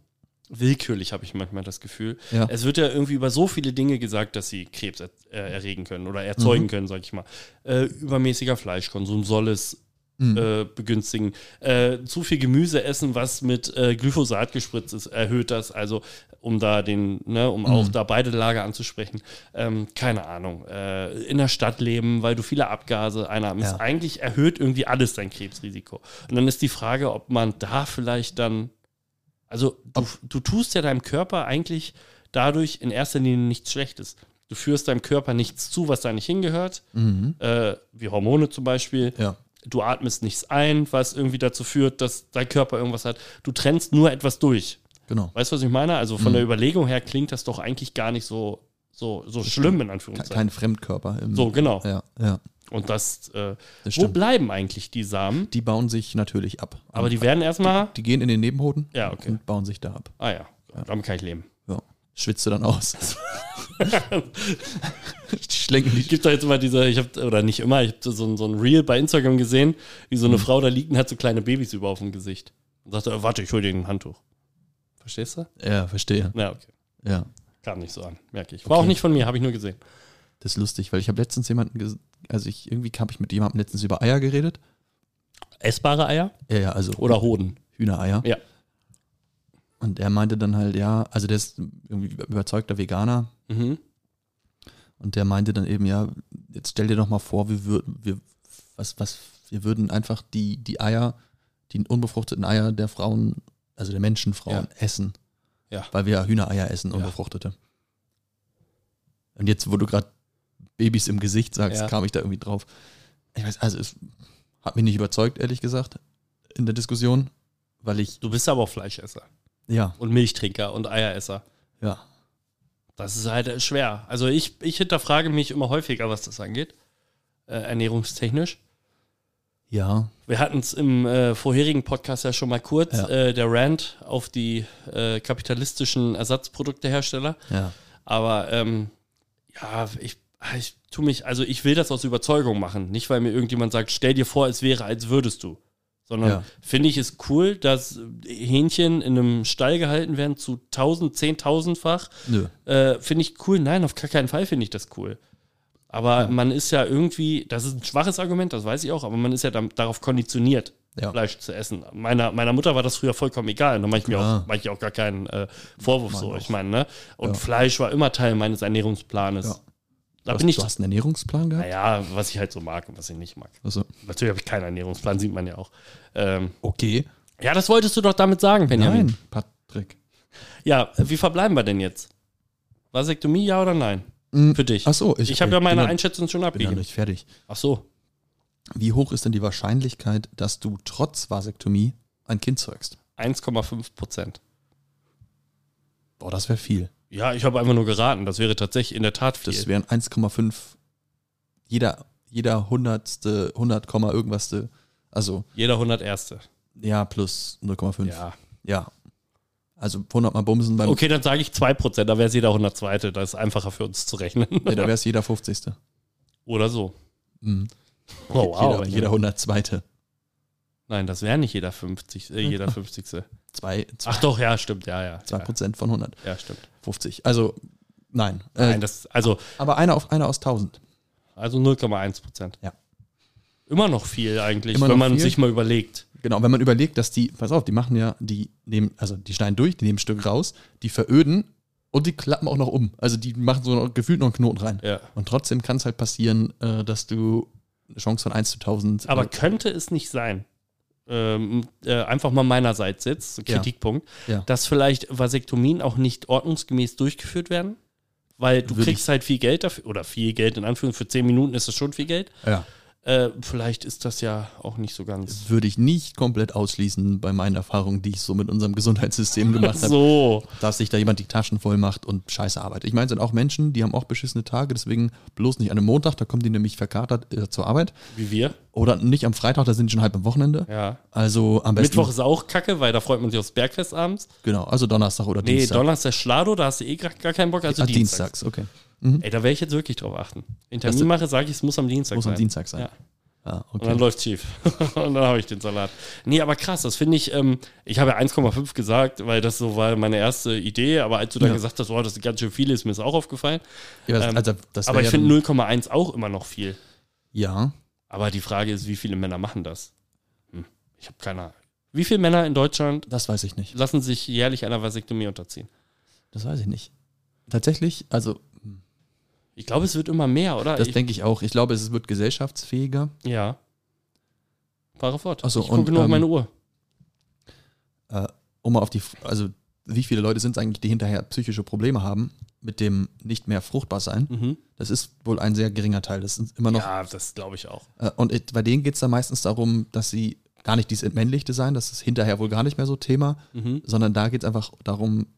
willkürlich, habe ich manchmal das Gefühl. Ja. Es wird ja irgendwie über so viele Dinge gesagt, dass sie Krebs er, äh, erregen können oder Mhm. erzeugen können, sage ich mal. Äh, übermäßiger Fleischkonsum soll es Mhm. äh, begünstigen. Äh, zu viel Gemüse essen, was mit äh, Glyphosat gespritzt ist, erhöht das. Also um da den, ne, um auch da beide Lager anzusprechen. Ähm, keine Ahnung. Äh, in der Stadt leben, weil du viele Abgase einatmest. Ja. Eigentlich erhöht irgendwie alles dein Krebsrisiko. Und dann ist die Frage, ob man da vielleicht dann, also du, du tust ja deinem Körper eigentlich dadurch in erster Linie nichts Schlechtes. Du führst deinem Körper nichts zu, was da nicht hingehört, mhm. äh, wie Hormone zum Beispiel ja. du atmest nichts ein, was irgendwie dazu führt, dass dein Körper irgendwas hat. Du trennst nur etwas durch. Genau. Weißt du, was ich meine? Also von der Überlegung her klingt das doch eigentlich gar nicht so, so, so schlimm, in Ke- Anführungszeichen. Kein Fremdkörper. Im, halt So, genau. Ja, ja, Und das, äh, das wo stimmt. bleiben eigentlich die Samen? die bauen sich natürlich ab. Aber die werden erstmal, Die gehen in den Nebenhoden Ja, okay. und bauen sich da ab. ah ja, damit kann ich leben. Ja. Schwitzt du dann aus. die schlenken Es die gibt da jetzt immer diese, ich habe, oder nicht immer, ich habe so, ein- so ein Reel bei Instagram gesehen, wie so eine Mhm. Frau da liegt und hat so kleine Babys über auf dem Gesicht. Und sagte, äh, warte, ich hol dir ein Handtuch. Verstehst du? Ja, verstehe. Na, okay. Ja. Kam nicht so an, merke ich. War auch Okay. nicht von mir, habe ich nur gesehen. Das ist lustig, weil ich habe letztens jemanden, ges- also ich irgendwie habe ich mit jemandem letztens über Eier geredet. Essbare Eier? Ja, ja, also Oder Hoden. Hühnereier. Ja. Und er meinte dann halt, ja, also der ist irgendwie überzeugter Veganer Mhm. Und der meinte dann eben, ja, jetzt stell dir doch mal vor, wir würden, wir, was, was, wir würden einfach die, die Eier, die unbefruchteten Eier der Frauen, also der Menschenfrauen, essen. Ja. Weil wir ja Hühnereier essen, unbefruchtete. Und jetzt, wo du gerade Babys im Gesicht sagst, Ja. kam ich da irgendwie drauf. Ich weiß, also es hat mich nicht überzeugt, ehrlich gesagt, in der Diskussion, weil ich, Du bist aber auch Fleischesser ja, und Milchtrinker und Eieresser. ja, Das ist halt äh, schwer. Also ich, ich hinterfrage mich immer häufiger, was das angeht. Äh, ernährungstechnisch. ja, Wir hatten es im äh, vorherigen Podcast ja schon mal kurz, Ja. äh, der Rant auf die äh, kapitalistischen Ersatzproduktehersteller. ja. Aber ähm, ja, ich, ich tue mich, also ich will das aus Überzeugung machen. Nicht, weil mir irgendjemand sagt, stell dir vor, es wäre, als würdest du. Sondern Ja. finde ich es cool, dass Hähnchen in einem Stall gehalten werden zu 1000, 10.000-fach. Nö. Äh, finde ich cool. Nein, auf gar keinen Fall finde ich das cool. Aber man ist ja irgendwie, das ist ein schwaches Argument, das weiß ich auch, aber man ist ja dam- darauf konditioniert, Ja. Fleisch zu essen. Meiner, meiner Mutter war das früher vollkommen egal. Da mache ich, mir Klar. auch- mache ich auch gar keinen äh, Vorwurf so. auch. Ich meine, ne? Und Ja. Fleisch war immer Teil meines Ernährungsplanes. Ja. Da du hast, bin ich. du hast einen Ernährungsplan gehabt? Naja, was ich halt so mag und was ich nicht mag. Also, Natürlich habe ich keinen Ernährungsplan, sieht man ja auch. Ähm, okay. ja, das wolltest du doch damit sagen, Benjamin. Nein, Patrick. Ja, wie verbleiben wir denn jetzt? Vasektomie, ja oder nein? Mm, Für dich. Ach so, äh, ich habe ja bin meine noch- Einschätzung schon bin noch abgegeben. nicht fertig. Ach so. Wie hoch ist denn die Wahrscheinlichkeit, dass du trotz Vasektomie ein Kind zeugst? 1,5 Prozent. Boah, das wäre viel. Ja, ich habe einfach nur geraten. Das wäre tatsächlich in der Tat viel. Das wären 1,5 jeder, jeder hundertste, 100, Komma irgendwaste. Also, Jeder 101. ja, plus 0,5. Ja. Ja. Also 100 mal bumsen beim, Okay, dann sage ich 2 Prozent. Da wäre es jeder 102. Das ist einfacher für uns zu rechnen. nee, da wäre es jeder 50. Oder so. Mhm. Oh, jeder, jeder 102. Nein, das wäre nicht jeder 50. Äh, jeder 50. Zwei, zwei, Ach doch, ja, stimmt. Ja, ja. zwei Ah, ja, Prozent von 100. ja, stimmt. 50. Also, nein. Äh, Nein, das, also, aber einer, auf, einer aus 1000. also 0,1 Prozent. Ja. Immer noch viel eigentlich, Immer wenn noch man viel. sich mal überlegt. Genau, wenn man überlegt, dass die, pass auf, die machen ja, die nehmen, also die schneiden durch, die nehmen ein Stück raus, die veröden und die klappen auch noch um. Also die machen so noch, gefühlt noch einen Knoten rein. Ja. Und trotzdem kann es halt passieren, äh, dass du eine Chance von 1 zu 1000. Aber äh, könnte es nicht sein, ähm, äh, einfach mal meinerseits jetzt, so Ja. Kritikpunkt, Ja. dass vielleicht Vasektomien auch nicht ordnungsgemäß durchgeführt werden? Weil du Würde kriegst halt viel Geld dafür, oder viel Geld in Anführungszeichen, für 10 Minuten ist das schon viel Geld. ja. Äh, vielleicht ist das ja auch nicht so ganz. würde ich nicht komplett ausschließen bei meinen Erfahrungen, die ich so mit unserem Gesundheitssystem gemacht habe, So. dass sich da jemand die Taschen voll macht und scheiße arbeitet. Ich meine, es sind auch Menschen, die haben auch beschissene Tage, deswegen bloß nicht an einem Montag, da kommen die nämlich verkatert äh, zur Arbeit. Wie wir. Oder nicht am Freitag, da sind die schon halb am Wochenende. Ja. Also am besten. Mittwoch ist auch kacke, weil da freut man sich aufs Bergfest abends. Genau, also Donnerstag oder Nee, Dienstag. Donnerstag Schlado, da hast du eh gar, gar keinen Bock. Also ah, Mhm. Dienstag. Dienstags, okay. Ey, da werde ich jetzt wirklich drauf achten. Wenn ich Das- Termin mache, sage ich, es muss am Dienstag Muss sein. am Dienstag sein. Ja. Ah, Und dann okay. läuft's schief. und dann habe ich den Salat. Nee, aber krass, das finde ich, ähm, ich habe ja 1,5 gesagt, weil das so war meine erste Idee, aber als du dann Ja. gesagt hast, wow, das sind ganz schön viele, ist mir das auch aufgefallen. Ja, das- ähm, also, das aber wär ich ja finde dann- 0,1 auch immer noch viel. Ja, Aber die Frage ist, wie viele Männer machen das? Hm, ich habe keine Ahnung. Wie viele Männer in Deutschland das weiß ich nicht. lassen sich jährlich einer Vasektomie unterziehen? Das weiß ich nicht. Tatsächlich, also Ich glaube, es wird immer mehr, oder? das ich, denke ich auch. Ich glaube, es wird gesellschaftsfähiger. ja. Fahre fort. Ach so, ich gucke und, nur auf ähm, meine Uhr. um mal auf die, also wie viele Leute sind es eigentlich, die hinterher psychische Probleme haben mit dem nicht mehr fruchtbar sein? Mhm. Das ist wohl ein sehr geringer Teil. Das sind immer noch. Ja, das glaube ich auch. Äh, und it- bei denen geht es dann meistens darum, dass sie gar nicht dieses entmännlichte sein, das ist hinterher wohl gar nicht mehr so Thema, Mhm. sondern da geht es einfach darum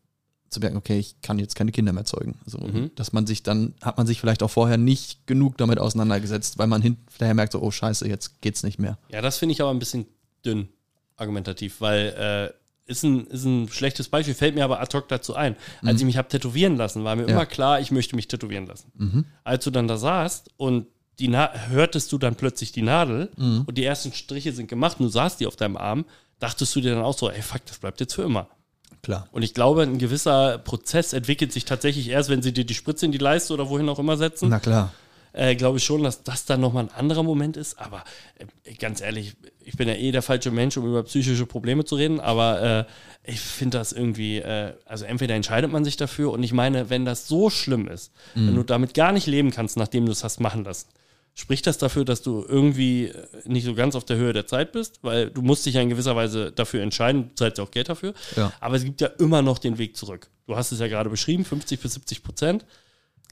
zu merken, okay, ich kann jetzt keine Kinder mehr zeugen. Also, Mhm. Dass man sich dann, hat man sich vielleicht auch vorher nicht genug damit auseinandergesetzt, weil man hinterher merkt, so, oh scheiße, jetzt geht's nicht mehr. Ja, das finde ich aber ein bisschen dünn argumentativ, weil äh, ist, ein, ist ein schlechtes Beispiel, fällt mir aber ad hoc dazu ein. Als ich mich habe tätowieren lassen, war mir immer klar, ich möchte mich tätowieren lassen. Als du dann da saßt und die Na hörtest du dann plötzlich die Nadel und die ersten Striche sind gemacht und du saßt die auf deinem Arm, dachtest du dir dann auch so, ey fuck, das bleibt jetzt für immer. Klar. Und ich glaube, ein gewisser Prozess entwickelt sich tatsächlich erst, wenn sie dir die Spritze in die Leiste oder wohin auch immer setzen Na klar. äh, glaube ich schon, dass das dann nochmal ein anderer Moment ist. Aber äh, ganz ehrlich, ich bin ja eh der falsche Mensch, um über psychische Probleme zu reden. Aber äh, ich finde das irgendwie, äh, also entweder entscheidet man sich dafür. Und ich meine, wenn das so schlimm ist, wenn du damit gar nicht leben kannst, nachdem du es hast machen lassen, spricht das dafür, dass du irgendwie äh, nicht so ganz auf der Höhe der Zeit bist? Weil du musst dich ja in gewisser Weise dafür entscheiden, du zahlst ja auch Geld dafür. Ja. Aber es gibt ja immer noch den Weg zurück. Du hast es ja gerade beschrieben, 50 bis 70 Prozent.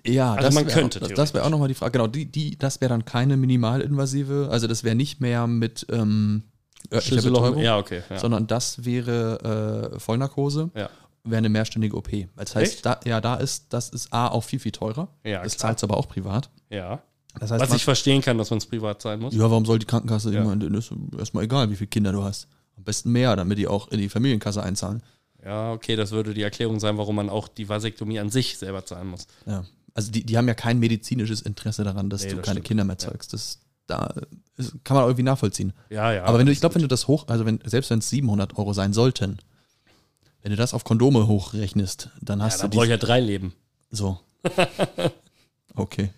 Ja, Also das man wär könnte Auch, das- das wäre auch nochmal die Frage. Genau, die, die, das wäre dann keine minimalinvasive, also das wäre nicht mehr mit ähm, örtlicher Betäubung, Ja, okay. Ja. sondern das wäre äh, Vollnarkose, ja. wäre eine mehrstündige OP. Das heißt, Echt? da, ja, da ist, das ist A auch viel, viel teurer. Ja, das klar. zahlt aber auch privat. Ja. Das heißt, Was man, ich verstehen kann, dass man es privat sein muss. ja, warum soll die Krankenkasse immer, ist erstmal egal, wie viele Kinder du hast. Am besten mehr, damit die auch in die Familienkasse einzahlen. Ja, okay, das würde die Erklärung sein, warum man auch die Vasektomie an sich selber zahlen muss. Ja. Also die, die haben ja kein medizinisches Interesse daran, dass Nee, du das keine stimmt. Kinder mehr zeugst. Das, da ist, kann man irgendwie nachvollziehen. Ja, ja. Aber wenn du, ich glaube, wenn du das hoch, also wenn, selbst wenn es 700 Euro sein sollten, wenn du das auf Kondome hochrechnest, dann ja, hast da du brauche die. ich ja drei Leben. So. Okay.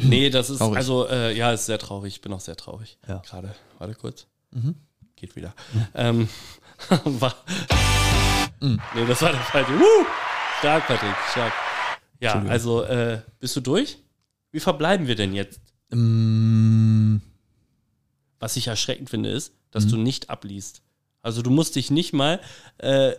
Nee, das ist, Traurig. also, äh, ja, ist sehr traurig. Ich bin auch sehr traurig. Ja. Gerade, warte kurz. Mhm. Geht wieder. Ähm, war, Mhm. Nee, das war der falsche. Woo! Stark, Patrick, stark. Ja, Entschuldigung. also, äh, bist du durch? Wie verbleiben wir denn jetzt? Ähm, Was ich erschreckend finde, ist, dass Mhm. du nicht abliest. Also du musst dich nicht mal äh,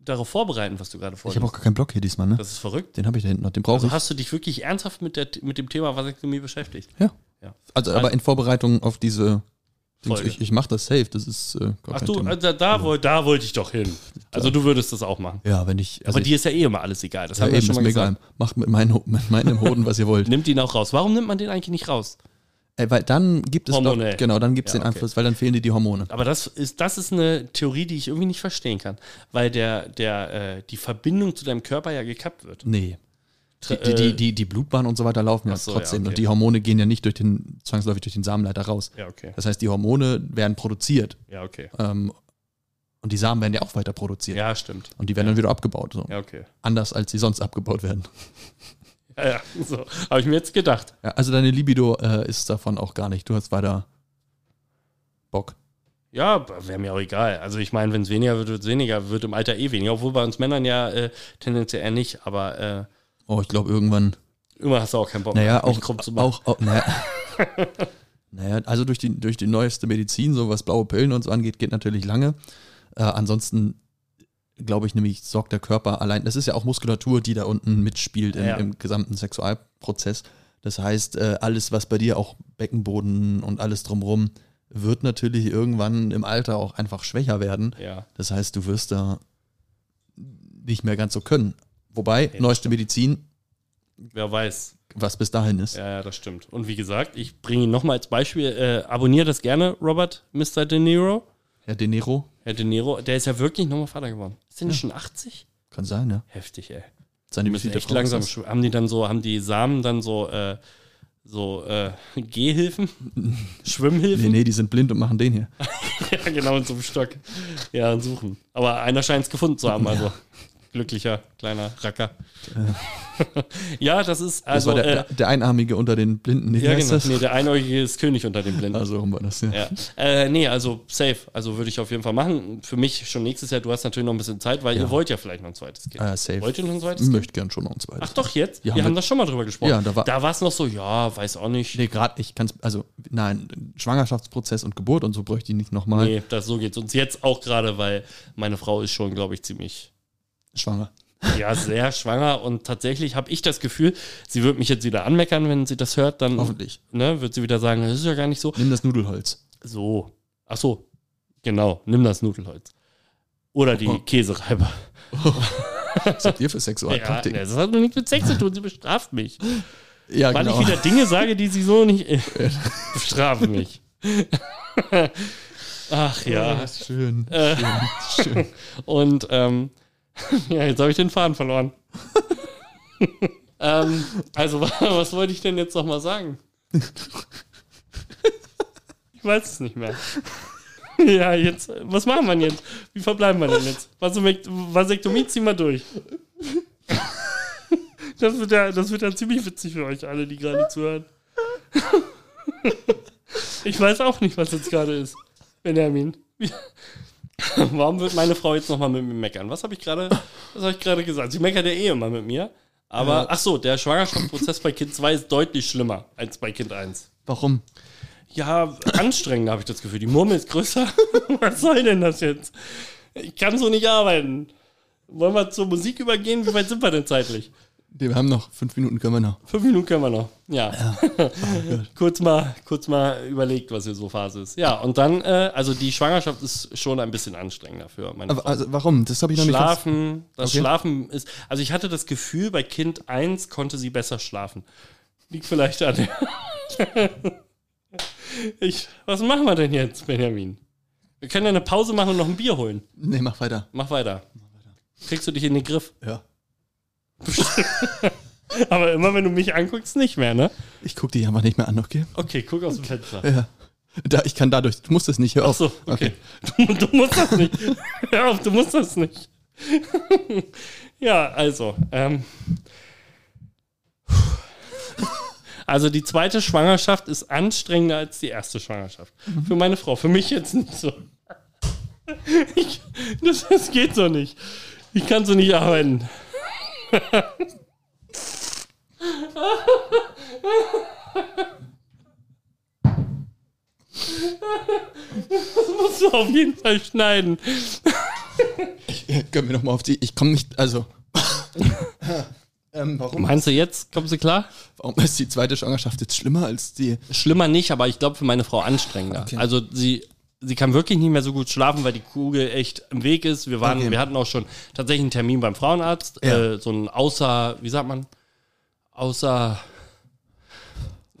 darauf vorbereiten, was du gerade ich habe auch vorliest. gar keinen Block hier diesmal, ne? Das ist verrückt. Den habe ich da hinten noch, den brauche Also hast du dich wirklich ernsthaft mit, der, mit dem Thema Vasektomie beschäftigt? ich. Ja. Ja. Also, aber in Vorbereitung auf diese. Dings, Folge. ich ich mache das safe, das ist. Äh, gar Ach kein du, Thema. äh, da, Also da, woll- da wollte ich doch hin. Also du würdest das auch machen. ja, wenn ich. Also Aber ich- dir ist ja eh immer alles egal. Das ja, haben wir eben, schon ist mal mir gesagt. egal. Macht mit, meinen, Ho- mit meinem Hoden, was ihr wollt. Nimmt ihn auch raus. Warum nimmt man den eigentlich nicht raus? Äh, weil dann gibt es Hormonell. doch, genau, dann gibt es Ja, den okay. Einfluss, weil dann fehlen dir die Hormone. Aber das ist, das ist eine Theorie, die ich irgendwie nicht verstehen kann, weil der, der, äh, die Verbindung zu deinem Körper ja gekappt wird. Nee. Die, Äh, die, die, die, die Blutbahn und so weiter laufen ja Ach so, ja, trotzdem. okay. Und die Hormone gehen ja nicht durch den, zwangsläufig durch den Samenleiter raus. Äh, Ja, okay. Das heißt, die Hormone werden produziert. Ja, okay. Ähm, und die Samen werden ja auch weiter produziert. Ja, stimmt. Und die werden dann wieder abgebaut. So. Ja, okay. Anders als sie sonst abgebaut werden. Ja, ja. So. Habe ich mir jetzt gedacht. Ja, also deine Libido äh, ist davon auch gar nicht. Du hast weiter Bock. Ja, wäre mir auch egal. Also ich meine, wenn es weniger wird, wird es weniger, wird im Alter eh weniger, obwohl bei uns Männern ja äh, tendenziell eher nicht, aber äh, Oh, ich glaube irgendwann. immer hast du auch keinen Bock Naja, mich auch. krumm Oh, zu machen. auch, auch naja. naja, also durch die, durch die neueste Medizin, so was blaue Pillen und so angeht, geht natürlich lange. Äh, ansonsten glaube ich nämlich, sorgt der Körper allein. Das ist ja auch Muskulatur, die da unten mitspielt im, Ja. im gesamten Sexualprozess. Das heißt, äh, alles, was bei dir auch Beckenboden und alles drumrum, wird natürlich irgendwann im Alter auch einfach schwächer werden. Ja. Das heißt, du wirst da nicht mehr ganz so können. Wobei, das neueste Medizin, Wer weiß. was bis dahin ist. Ja, ja, das stimmt. Und wie gesagt, ich bringe ihn nochmal als Beispiel. Äh, abonniere das gerne, Robert, Mr. De Niro. Herr De Niro, Herr De Niro, der ist ja wirklich nochmal Vater geworden. Ist der nicht schon 80? kann sein, ne? Heftig, ey. Seine Die müssen Visite echt raus langsam ist. schw- Haben die dann so, haben die Samen dann so, äh, so äh, Gehhilfen? Nee, Schwimmhilfen? nee, die sind blind und machen den hier. Ja, genau, in so einem Stock. Ja, und suchen. Aber einer scheint es gefunden zu haben, also. Glücklicher kleiner Racker. ja, das ist Das also. war der, äh, der Einarmige unter den Blinden. Wie ja, heißt genau. das? Nee, der Einäugige ist König unter den Blinden. Also haben wir das, ja. Ja. Äh, nee, also safe. Also würde ich auf jeden Fall machen. Für mich schon nächstes Jahr, du hast natürlich noch ein bisschen Zeit, weil ihr wollt ja vielleicht noch ein zweites Kind. Äh, safe. Wollt ihr noch ein zweites Kind? Möchte gern schon noch ein zweites. Ach doch, jetzt? Ja, wir haben haben wir- das schon mal drüber gesprochen. Ja, da war- es noch so, ja, weiß auch nicht. Nee, Nee, gerade, ich kann es, also, nein, Schwangerschaftsprozess und Geburt und so bräuchte ich nicht nochmal. das, so geht's uns jetzt auch gerade, weil meine Frau ist schon, glaube ich, ziemlich, Schwanger. ja, sehr schwanger und tatsächlich habe ich das Gefühl, sie wird mich jetzt wieder anmeckern, wenn sie das hört, dann Hoffentlich. Ne, wird sie wieder sagen, das ist ja gar nicht so. Nimm das Nudelholz. So. Ach so. Genau, nimm das Nudelholz. Oder die Oh. Käsereiber. Was habt ihr für Sexualpraktik? Ja, das hat doch nichts mit Sex zu tun, sie bestraft mich. Ja, genau. Wann ich wieder Dinge sage, die sie so nicht. bestraft mich. Ach ja. Ja, schön. Äh, schön. und ähm, ja, jetzt habe ich den Faden verloren. ähm, also, wa- was wollte ich denn jetzt nochmal sagen? Ich weiß es nicht mehr. Ja, jetzt, was machen wir denn jetzt? Wie verbleiben wir denn jetzt? Vasomek- Vasektomie ziehen wir durch. Das wird, ja, das wird ja ziemlich witzig für euch alle, die gerade zuhören. Ich weiß auch nicht, was jetzt gerade ist, Benjamin. Wie- Warum wird meine Frau jetzt nochmal mit mir meckern? Was habe ich gerade was hab ich gerade gesagt? Sie meckert ja eh immer mit mir. Aber, ach so, der Schwangerschaftsprozess bei Kind 2 ist deutlich schlimmer als bei Kind 1. Warum? Ja, anstrengender habe ich das Gefühl. Die Murmel ist größer. Was soll denn das jetzt? Ich kann so nicht arbeiten. Wollen wir zur Musik übergehen? Wie weit sind wir denn zeitlich? Wir haben noch fünf Minuten, können wir noch. Fünf Minuten können wir noch. Ja. Oh kurz, mal, kurz mal überlegt, was hier so Phase ist. Ja, und dann, äh, also die Schwangerschaft ist schon ein bisschen anstrengender für meine Aber, Frau. also, warum? Das habe ich noch nicht ganz- Schlafen, das Okay. Schlafen ist. Also ich hatte das Gefühl, bei Kind 1 konnte sie besser schlafen. Liegt vielleicht an. ich, was machen wir denn jetzt, Benjamin? Wir können ja eine Pause machen und noch ein Bier holen. Nee, mach weiter. Mach weiter. Kriegst du dich in den Griff. Ja. Aber immer wenn du mich anguckst, nicht mehr, ne? Ich gucke dich einfach nicht mehr an, okay? Okay, guck aus dem Fenster. Ja. Da, ich kann dadurch, du musst es nicht, hör auf. Achso, okay. Du, du musst das nicht. Hör auf, du musst das nicht. ja, also. Ähm. Also die zweite Schwangerschaft ist anstrengender als die erste Schwangerschaft. Für meine Frau. Für mich jetzt nicht so. Ich, das, das geht so nicht. Ich kann so nicht arbeiten. musst du auf jeden Fall schneiden. Können wir nochmal auf die. Ich komme nicht. Also. ähm, warum, Meinst du jetzt? Kommst du klar? warum ist die zweite Schwangerschaft jetzt schlimmer als die. Schlimmer nicht, aber ich glaube für meine Frau anstrengender. Okay. Also sie, sie kann wirklich nicht mehr so gut schlafen, weil die Kugel echt im Weg ist. Wir waren, Okay. wir hatten auch schon tatsächlich einen Termin beim Frauenarzt, Ja. äh, so ein außer, wie sagt man, außer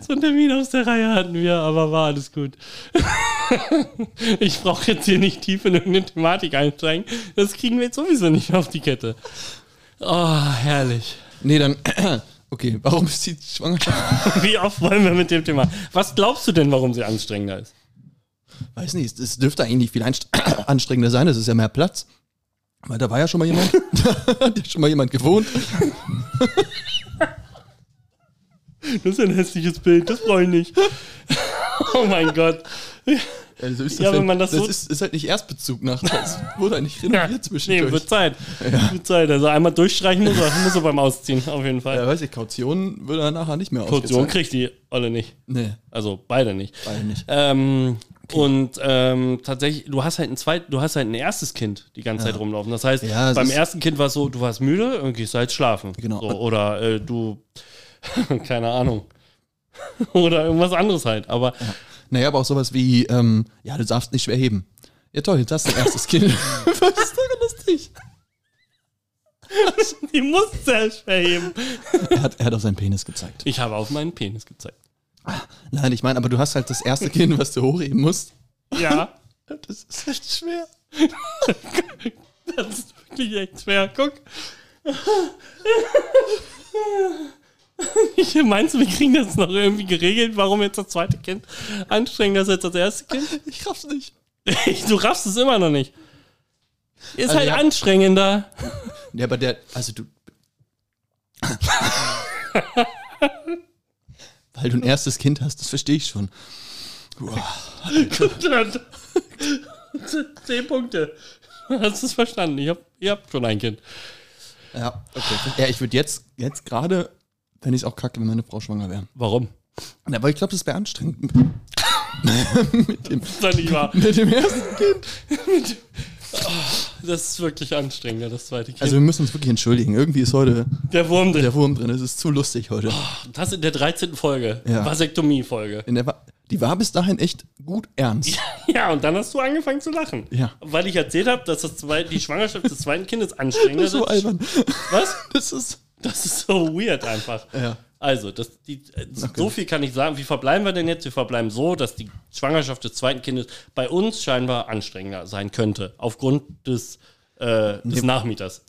so einen Termin aus der Reihe hatten wir, aber war alles gut. ich brauche jetzt hier nicht tief in irgendeine Thematik einsteigen. Das kriegen wir jetzt sowieso nicht auf die Kette. Oh, herrlich. Nee, dann. Okay, warum ist die Schwangerschaft. Wie oft wollen wir mit dem Thema? Was glaubst du denn, warum sie anstrengender ist? Weiß nicht, es dürfte eigentlich nicht viel einst- anstrengender sein, es ist ja mehr Platz. Weil da war ja schon mal jemand. da hat ja schon mal jemand gewohnt. Das ist ein hässliches Bild, das brauche ich nicht. Oh mein Gott. Also ist Ja, wenn man das so- ist, ist halt nicht Erstbezug nach. Das wurde eigentlich renoviert nee, zwischendurch. wird Zeit. Wird Zeit. Also einmal durchstreichen muss er, muss er beim Ausziehen, auf jeden ja, Fall. weiß ich, Kaution würde er nachher nicht mehr Portion ausgezahlt. kriegt die Olle nicht. Nee, Also beide nicht. beide nicht. Ähm, Und ähm, tatsächlich, du hast halt ein zweit, du hast halt ein erstes Kind die ganze Zeit rumlaufen. Das heißt, Ja, es beim ist- ersten Kind war es so, du warst müde und gehst halt schlafen. Genau. So, oder äh, du, keine Ahnung. oder irgendwas anderes halt. Aber Naja, aber auch sowas wie, ähm, ja, du darfst nicht schwer heben. Ja toll, jetzt hast du dein erstes Kind. Was ist daran lustig? die muss selbst verheben. Er hat, er hat auf seinen Penis gezeigt. Ich habe auf meinen Penis gezeigt. Nein, ich meine, aber du hast halt das erste Kind, was du hochheben musst. Ja, Das ist echt schwer. das ist wirklich echt schwer. Guck. Ich meinst du, wir kriegen das noch irgendwie geregelt, warum jetzt das zweite Kind anstrengender ist als das erste Kind? Ich raff's nicht. Ich, du raffst es immer noch nicht. Ist Also halt ja. anstrengender. Ja, aber der, also du. Weil du ein erstes Kind hast, das verstehe ich schon. Boah, Zehn Punkte. Hast du es verstanden? Ich hab, ihr habt schon ein Kind. Ja, okay. Ja, ich würde jetzt, jetzt gerade, wenn ich es auch kacke, wenn meine Frau schwanger wäre. Warum? Na, aber ich glaube, das wäre anstrengend. mit, dem, Ist doch nicht wahr. mit dem ersten Kind. Das ist wirklich anstrengender, das zweite Kind. Also wir müssen uns wirklich entschuldigen. Irgendwie ist heute der Wurm drin. der Wurm drin. Es ist zu lustig heute. Das in der 13. Folge. Ja. Vasektomie-Folge. In der, Wa- die war bis dahin echt gut ernst. Ja, und dann hast du angefangen zu lachen. Ja. Weil ich erzählt habe, dass das zwei, die Schwangerschaft des zweiten Kindes anstrengender Das ist ist. so albern. Was? Das ist... Das ist so weird einfach. Ja. Also, das, die, äh, so viel kann ich sagen. Wie verbleiben wir denn jetzt? Wir verbleiben so, dass die Schwangerschaft des zweiten Kindes bei uns scheinbar anstrengender sein könnte. Aufgrund des, äh, des Nachmieters.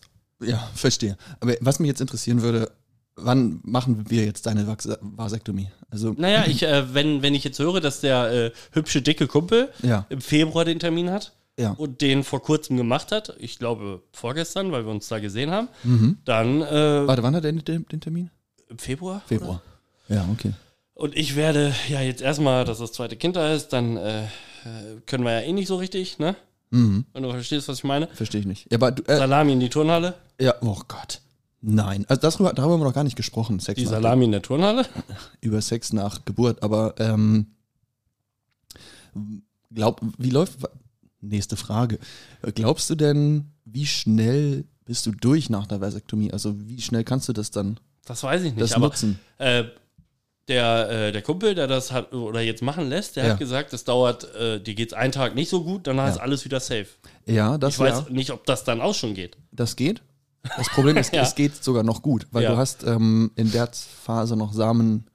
Ja, verstehe. Aber was mich jetzt interessieren würde, wann machen wir jetzt deine Vax- Vasektomie? Also, Naja, ich, äh, wenn, wenn ich jetzt höre, dass der äh, hübsche, dicke Kumpel Ja. im Februar den Termin hat Ja. und den vor kurzem gemacht hat, ich glaube vorgestern, weil wir uns da gesehen haben, Mhm. dann äh, warte, wann hat er den, den den Termin? im Februar. Februar. Ja, okay. Und ich werde ja jetzt erstmal, dass das zweite Kind da ist, dann äh, äh, können wir ja eh nicht so richtig, ne? Mhm. Wenn du verstehst, was ich meine. Verstehe ich nicht. Ja, aber du, äh, Salami in die Turnhalle. ja, oh Gott. Nein, also das, darüber haben wir noch gar nicht gesprochen. Sex Die nach, Salami in der Turnhalle. Über Sex nach Geburt, aber ähm, glaub, wie läuft. wa- Nächste Frage. Glaubst du denn, wie schnell bist du durch nach der Vasektomie? Also, wie schnell kannst du das dann Das weiß ich nicht, das aber nutzen? Äh, der, äh, der Kumpel, der das hat oder jetzt machen lässt, der Ja. hat gesagt, das dauert, äh, dir geht's einen Tag nicht so gut, danach ist alles wieder safe. Ja, das Ich ja. weiß nicht, ob das dann auch schon geht. Das geht. Das Problem ist, Ja. es geht sogar noch gut, weil Ja. du hast ähm, in der Phase noch Samen,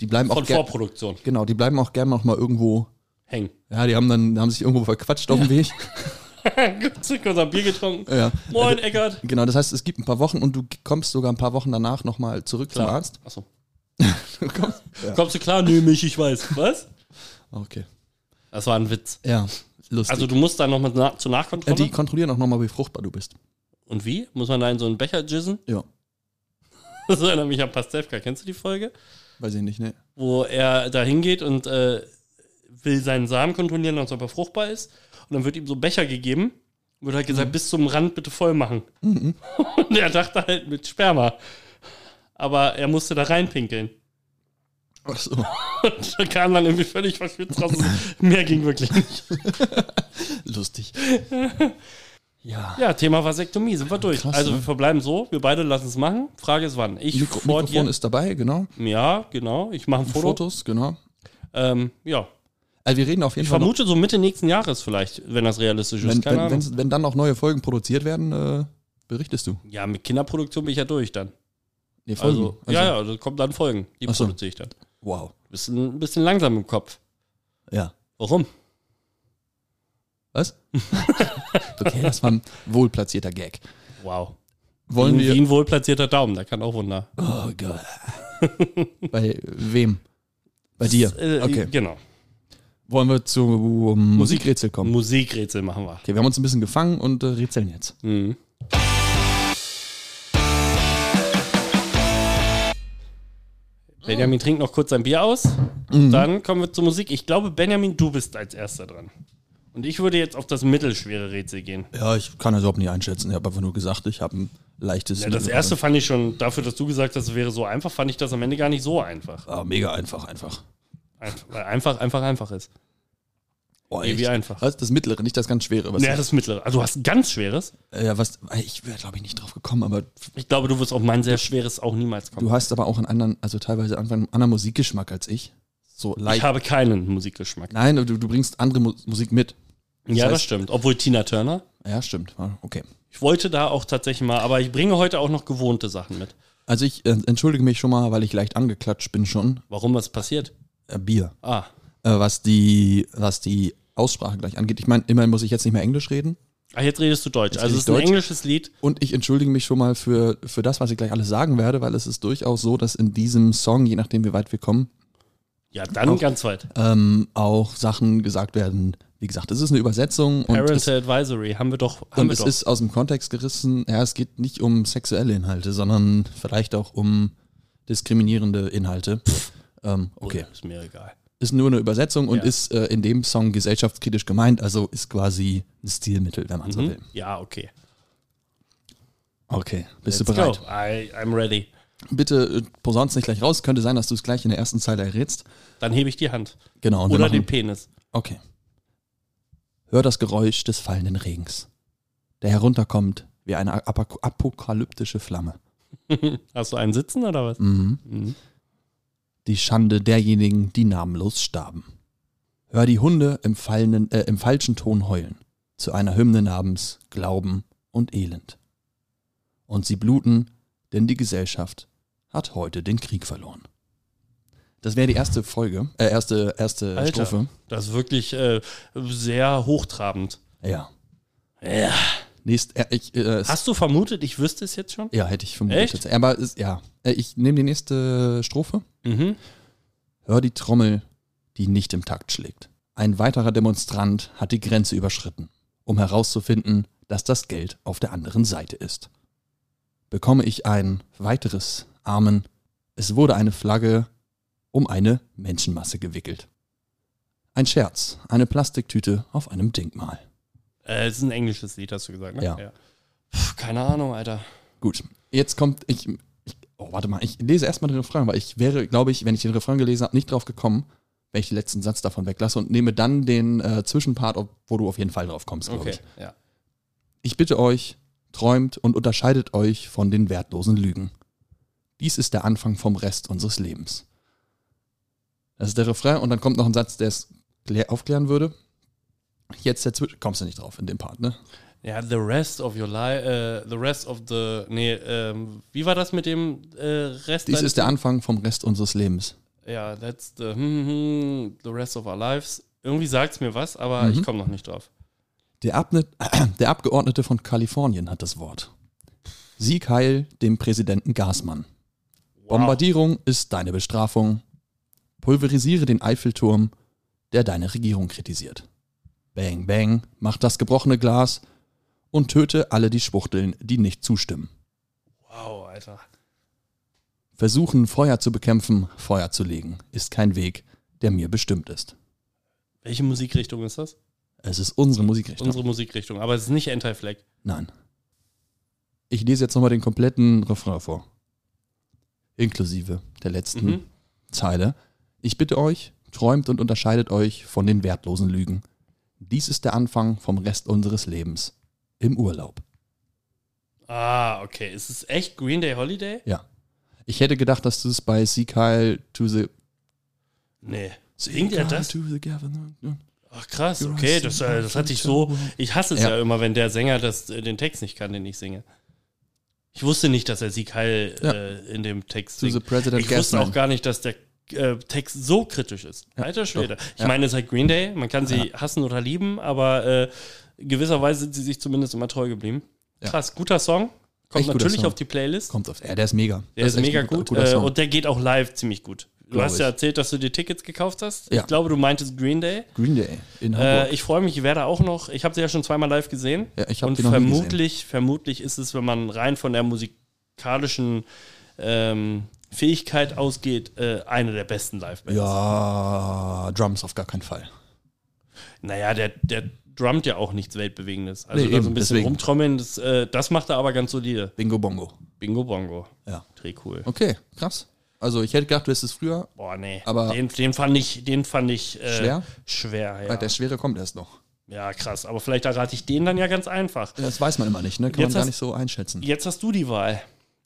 die bleiben Von auch gerne. Vorproduktion Genau, die bleiben auch gerne noch mal irgendwo. hängen. Ja, die haben dann haben sich irgendwo verquatscht auf dem Weg. Zurück unser Bier getrunken. Ja. Moin, Eckert. Genau, das heißt, es gibt ein paar Wochen und du kommst sogar ein paar Wochen danach nochmal zurück zum Arzt. Achso. Du kommst. Kommst du klar? Nö, mich, ich weiß. Was? Ah, Okay. Das war ein Witz. Ja, lustig. Also du musst da nochmal na zur Äh, Nachkontrolle. die kontrollieren auch nochmal, wie fruchtbar du bist. Und wie? Muss man da in so einen Becher jizzen? Ja, Das erinnert mich an Pastewka. Kennst du die Folge? weiß ich nicht, ne? wo er da hingeht und äh, will seinen Samen kontrollieren, ob er fruchtbar ist. Und dann wird ihm so ein Becher gegeben. Wird halt gesagt, bis zum Rand bitte voll machen. Und er dachte halt mit Sperma. Aber er musste da reinpinkeln. Ach so. Und da kam dann irgendwie völlig verschwitzt raus. Mehr ging wirklich nicht. Lustig. ja. Ja, Thema Vasektomie, sind wir durch. Krass, also ne? wir verbleiben so, wir beide lassen es machen. Frage ist wann. Ich Mikro vor Mikrofon dir. ist dabei, genau. Ja, genau. Ich mache ein Foto. Fotos, genau. Ähm, ja. Also wir reden auf jeden Ich Fall. noch- vermute so Mitte nächsten Jahres vielleicht, wenn das realistisch ist. Wenn, Keine wenn, Ahnung. wenn, wenn dann noch neue Folgen produziert werden, äh, berichtest du. Ja, mit Kinderproduktion bin ich ja durch dann. Nee, Also, ja, ja, das kommt dann Folgen. Die Ach so. produziere ich dann. Wow. Bisschen, ein bisschen langsam im Kopf. Ja. Warum? Was? okay, das war ein wohlplatzierter Gag. Wow. Wollen wie, wir. wie ein wohlplatzierter Daumen, da kann auch Wunder. Oh Gott. Bei wem? Bei dir. Äh, Okay. Genau. Wollen wir zu ähm, Musikrätsel kommen. Musikrätsel machen wir. Okay, wir haben uns ein bisschen gefangen und äh, rätseln jetzt. Mhm. Benjamin trinkt noch kurz sein Bier aus. Mhm. Dann kommen wir zur Musik. Ich glaube, Benjamin, du bist als erster dran. Und ich würde jetzt auf das mittelschwere Rätsel gehen. Ja, ich kann das überhaupt nicht einschätzen. Ich habe einfach nur gesagt, ich habe ein leichtes. Ja, das erste fand ich schon, dafür, dass du gesagt hast, es wäre so einfach, fand ich das am Ende gar nicht so einfach. Ah, mega einfach, einfach. Einf- Weil einfach, einfach, einfach ist. Oh, Ey, wie echt. einfach. Was? Das mittlere, nicht das ganz schwere. Was Ja, das mittlere. Also du hast ein ganz schweres. äh, ja, was, ich wäre, glaube ich, nicht drauf gekommen, aber Ich glaube, du wirst auf mein sehr schweres auch niemals kommen. du hast aber auch einen anderen, also teilweise einfach einen anderen Musikgeschmack als ich. So Ich leicht. habe keinen Musikgeschmack. Nein, du, du bringst andere Mu Musik mit. ja, das heißt- stimmt. Obwohl Tina Turner. Ja, stimmt. Ja, Okay. Ich wollte da auch tatsächlich mal, aber ich bringe heute auch noch gewohnte Sachen mit. Also ich äh, entschuldige mich schon mal, weil ich leicht angeklatscht bin schon. Warum was passiert? Äh, Bier. Ah, Äh, was, die, was die Aussprache gleich angeht. Ich meine, immerhin muss ich jetzt nicht mehr Englisch reden. ah jetzt redest du Deutsch. Jetzt also rede es ist ich ein Deutsch. englisches Lied. Und ich entschuldige mich schon mal für, für das, was ich gleich alles sagen werde, weil es ist durchaus so, dass in diesem Song, je nachdem wie weit wir kommen, Ja, dann ganz weit. ähm, auch Sachen gesagt werden. Wie gesagt, es ist eine Übersetzung und, es, Parental Advisory haben wir doch. Haben und wir es doch. ist aus dem Kontext gerissen. Ja, es geht nicht um sexuelle Inhalte, sondern vielleicht auch um diskriminierende Inhalte. Ähm, okay. Ist mir egal. Ist nur eine Übersetzung und Ja. ist äh, in dem Song gesellschaftskritisch gemeint, also ist quasi ein Stilmittel, wenn man so will. Mhm. Ja, okay. Okay, bist du Let's bereit? Go. I, I'm ready. Bitte äh, posaun's nicht gleich raus. Könnte sein, dass du es gleich in der ersten Zeile errätst. Dann hebe ich die Hand. Genau. Und wir Oder machen- den Penis. Okay. Hör das Geräusch des fallenden Regens, der herunterkommt wie eine apak- apokalyptische Flamme. Hast du einen sitzen oder was? Mhm. Mhm. Die Schande derjenigen, die namenlos starben. Hör die Hunde im, fallenden, äh, im falschen Ton heulen, zu einer Hymne namens Glauben und Elend. Und sie bluten, denn die Gesellschaft hat heute den Krieg verloren. Das wäre die erste Folge, äh, erste, erste Alter. Strophe. Das ist wirklich äh, sehr hochtrabend. Ja. Ja. Nächst, äh, ich, äh, Hast du vermutet, ich wüsste es jetzt schon? Ja, hätte ich vermutet. Echt? Echt? Aber es- ja, Äh, ich nehme die nächste Strophe. Mhm. Hör die Trommel, die nicht im Takt schlägt. Ein weiterer Demonstrant hat die Grenze überschritten, um herauszufinden, dass das Geld auf der anderen Seite ist. Bekomme ich ein weiteres Amen. Es wurde eine Flagge um eine Menschenmasse gewickelt. Ein Scherz, eine Plastiktüte auf einem Denkmal. Äh, es ist ein englisches Lied, hast du gesagt, ne? Ja. Puh, keine Ahnung, Alter. Gut, jetzt kommt ich. ich oh, warte mal, ich lese erstmal den Refrain, weil ich wäre, glaube ich, wenn ich den Refrain gelesen habe, nicht drauf gekommen, wenn ich den letzten Satz davon weglasse und nehme dann den äh, Zwischenpart, ob- wo du auf jeden Fall drauf kommst, glaube Okay. ich. Ja. Ich bitte euch, träumt und unterscheidet euch von den wertlosen Lügen. Dies ist der Anfang vom Rest unseres Lebens. Das ist der Refrain und dann kommt noch ein Satz, der es klär- aufklären würde. Jetzt der Zwischen. Kommst du nicht drauf in dem Part, ne? Ja, the rest of your life, äh, the rest of the, nee, ähm, wie war das mit dem äh, Rest? Dies deines- ist der Anfang vom Rest unseres Lebens. Ja, that's the, hm, hm, the rest of our lives. Irgendwie sagt's mir was, aber Mhm. ich komme noch nicht drauf. Der, Abne der Abgeordnete von Kalifornien hat das Wort. Sieg heil dem Präsidenten Gasmann. Wow. Bombardierung ist deine Bestrafung. Pulverisiere den Eiffelturm, der deine Regierung kritisiert. Bang, bang, mach das gebrochene Glas und töte alle die Schwuchteln, die nicht zustimmen. Wow, Alter. Versuchen, Feuer zu bekämpfen, Feuer zu legen, ist kein Weg, der mir bestimmt ist. Welche Musikrichtung ist das? Es ist unsere Musikrichtung. Unsere Musikrichtung, aber es ist nicht Anti-Flag. Nein. Ich lese jetzt nochmal den kompletten Refrain vor. Inklusive der letzten Mhm. Zeile. Ich bitte euch, träumt und unterscheidet euch von den wertlosen Lügen. Dies ist der Anfang vom Rest unseres Lebens. Im Urlaub. Ah, okay. Ist es echt Green Day Holiday? Ja. Ich hätte gedacht, dass du es bei Seek Heil to the. Nee. Singt er das? To the Gavin. Ach krass, okay, das, äh, das hatte ich so. Ich hasse es ja, Ja. immer, wenn der Sänger das, äh, den Text nicht kann, den ich singe. Ich wusste nicht, dass er Sieg Heil Ja. äh, in dem Text To the singt. President Ich wusste auch Gasman. gar nicht, dass der äh, Text so kritisch ist. Alter Schwede. Ich Ja. meine, es ist halt Green Day, man kann sie hassen oder lieben, aber äh, in gewisser Weise sind sie sich zumindest immer treu geblieben. Ja. Krass, guter Song. Kommt Echt guter natürlich Song. auf die Playlist. Kommt auf. Ja, der ist mega. Der Das ist, echt mega ein guter- gut guter äh, Song. und der geht auch live ziemlich gut. Du Glaub hast ja ich. erzählt, dass du dir Tickets gekauft hast. Ja. Ich glaube, du meintest Green Day. Green Day in Hamburg. Äh, ich freue mich, ich werde auch noch. Ich habe sie ja schon zweimal live gesehen. Ja, ich hab und die noch nie vermutlich, vermutlich ist es, wenn man rein von der musikalischen ähm, Fähigkeit ausgeht, äh, eine der besten Live-Bands. ja, Drums auf gar keinen Fall. Naja, der, der drummt ja auch nichts Weltbewegendes. Also Nee, da so ein eben, bisschen deswegen. rumtrommeln, das, äh, das macht er aber ganz solide. Bingo Bongo. Bingo Bongo. Ja. Dreh cool. Okay, krass. Also ich hätte gedacht, du hättest es früher. Boah, nee. Aber- den, den fand ich, den fand ich äh, Schwer? Schwer, Ah, Der ja. Schwere kommt erst noch. Ja, krass. Aber vielleicht errate ich den dann ja ganz einfach. Das weiß man immer nicht, ne? Kann Jetzt man gar hast- nicht so einschätzen. Jetzt hast du die Wahl.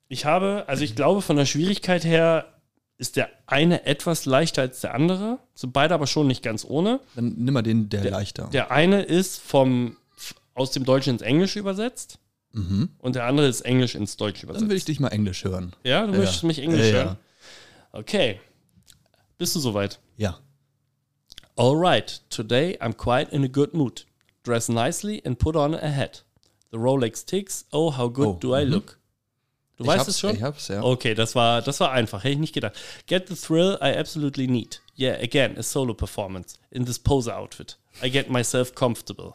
Ich habe, also ich glaube, von der Schwierigkeit her ist der eine etwas leichter als der andere, sind beide aber schon nicht ganz ohne. Dann nimm mal den, der, leichter. Der eine ist vom f- aus dem Deutschen ins Englische übersetzt mhm. und der andere ist Englisch ins Deutsche Dann übersetzt. will ich dich mal Englisch hören. Ja, du Ja. möchtest mich Englisch Ja, ja. hören. Okay. Bist du soweit? Ja. All right, today I'm quite in a good mood. Dress nicely and put on a hat. The Rolex ticks. Oh, how good Oh, do I mhm. look? Du ich weißt hab's, es schon? Ich hab's, ja. Okay, das war, das war einfach, hätte ich nicht gedacht. Get the thrill I absolutely need. Yeah, again, a solo performance in this poser outfit. I get myself comfortable.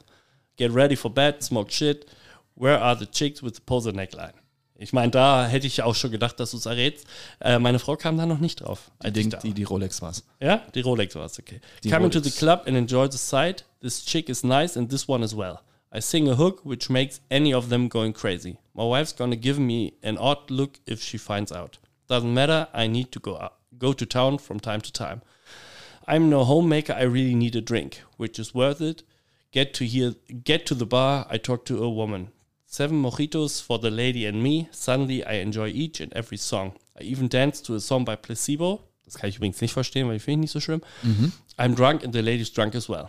Get ready for bed, smoke shit. Where are the chicks with the poser neckline? Ich meine, da hätte ich auch schon gedacht, dass du es errätst. Äh, meine Frau kam da noch nicht drauf. Die, als ich Ding, da die, die Rolex war's. ja, die Rolex war es, okay. Come into the Rolex. club and enjoy the sight. This chick is nice and this one as well. I sing a hook which makes any of them going crazy. My wife's gonna give me an odd look if she finds out. Doesn't matter, I need to go out, go to town from time to time. I'm no homemaker, I really need a drink, which is worth it. Get to here get to the bar, I talk to a woman. Seven mojitos for the lady and me. Suddenly I enjoy each and every song. I even dance to a song by Placebo. Das kann ich übrigens nicht verstehen, weil ich finde ihn nicht so schlimm. I'm drunk and the lady's drunk as well.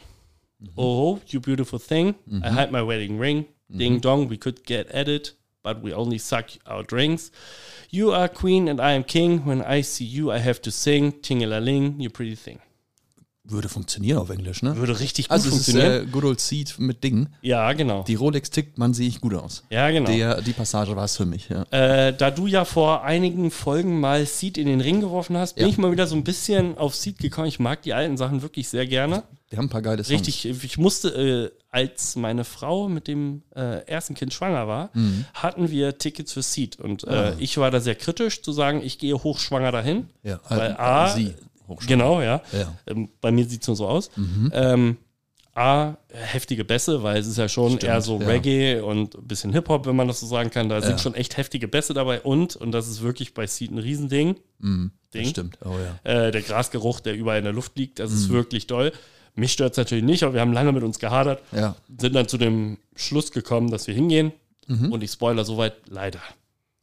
Oh, you beautiful thing. I hide my wedding ring. Ding dong, we could get at it, but we only suck our drinks. You are queen and I am king. When I see you, I have to sing. Ting-a-ling, you pretty thing. Würde funktionieren auf Englisch, ne? Würde richtig gut Also es ist äh, funktionieren. Good Old Seed mit Dingen. ja, genau. Die Rolex tickt, man sehe ich gut aus. Ja, genau. Der, die Passage war's für mich, ja. Äh, da du ja vor einigen Folgen mal Seed in den Ring geworfen hast, bin Ja. ich mal wieder so ein bisschen auf Seed gekommen. Ich mag die alten Sachen wirklich sehr gerne. Die haben ein paar geile Songs. Richtig, ich musste, äh, als meine Frau mit dem äh, ersten Kind schwanger war, Mhm. hatten wir Tickets für Seed. Und äh, Ah. ich war da sehr kritisch zu sagen, ich gehe hochschwanger dahin. Ja, Weil äh, A, sie. Hochschule. Genau, ja. Ja. Ähm, bei mir sieht es nur so aus. Mhm. Ähm, A, heftige Bässe, weil es ist ja schon eher so ja. Reggae und ein bisschen Hip-Hop, wenn man das so sagen kann. Da sind schon echt heftige Bässe dabei und, und das ist wirklich bei Seed ein Riesending, Ding. Das stimmt. Oh ja. äh, der Grasgeruch, der überall in der Luft liegt, das Mhm. ist wirklich doll. Mich stört es natürlich nicht, aber wir haben lange mit uns gehadert, Ja. sind dann zu dem Schluss gekommen, dass wir hingehen Mhm. und ich spoiler soweit, leider.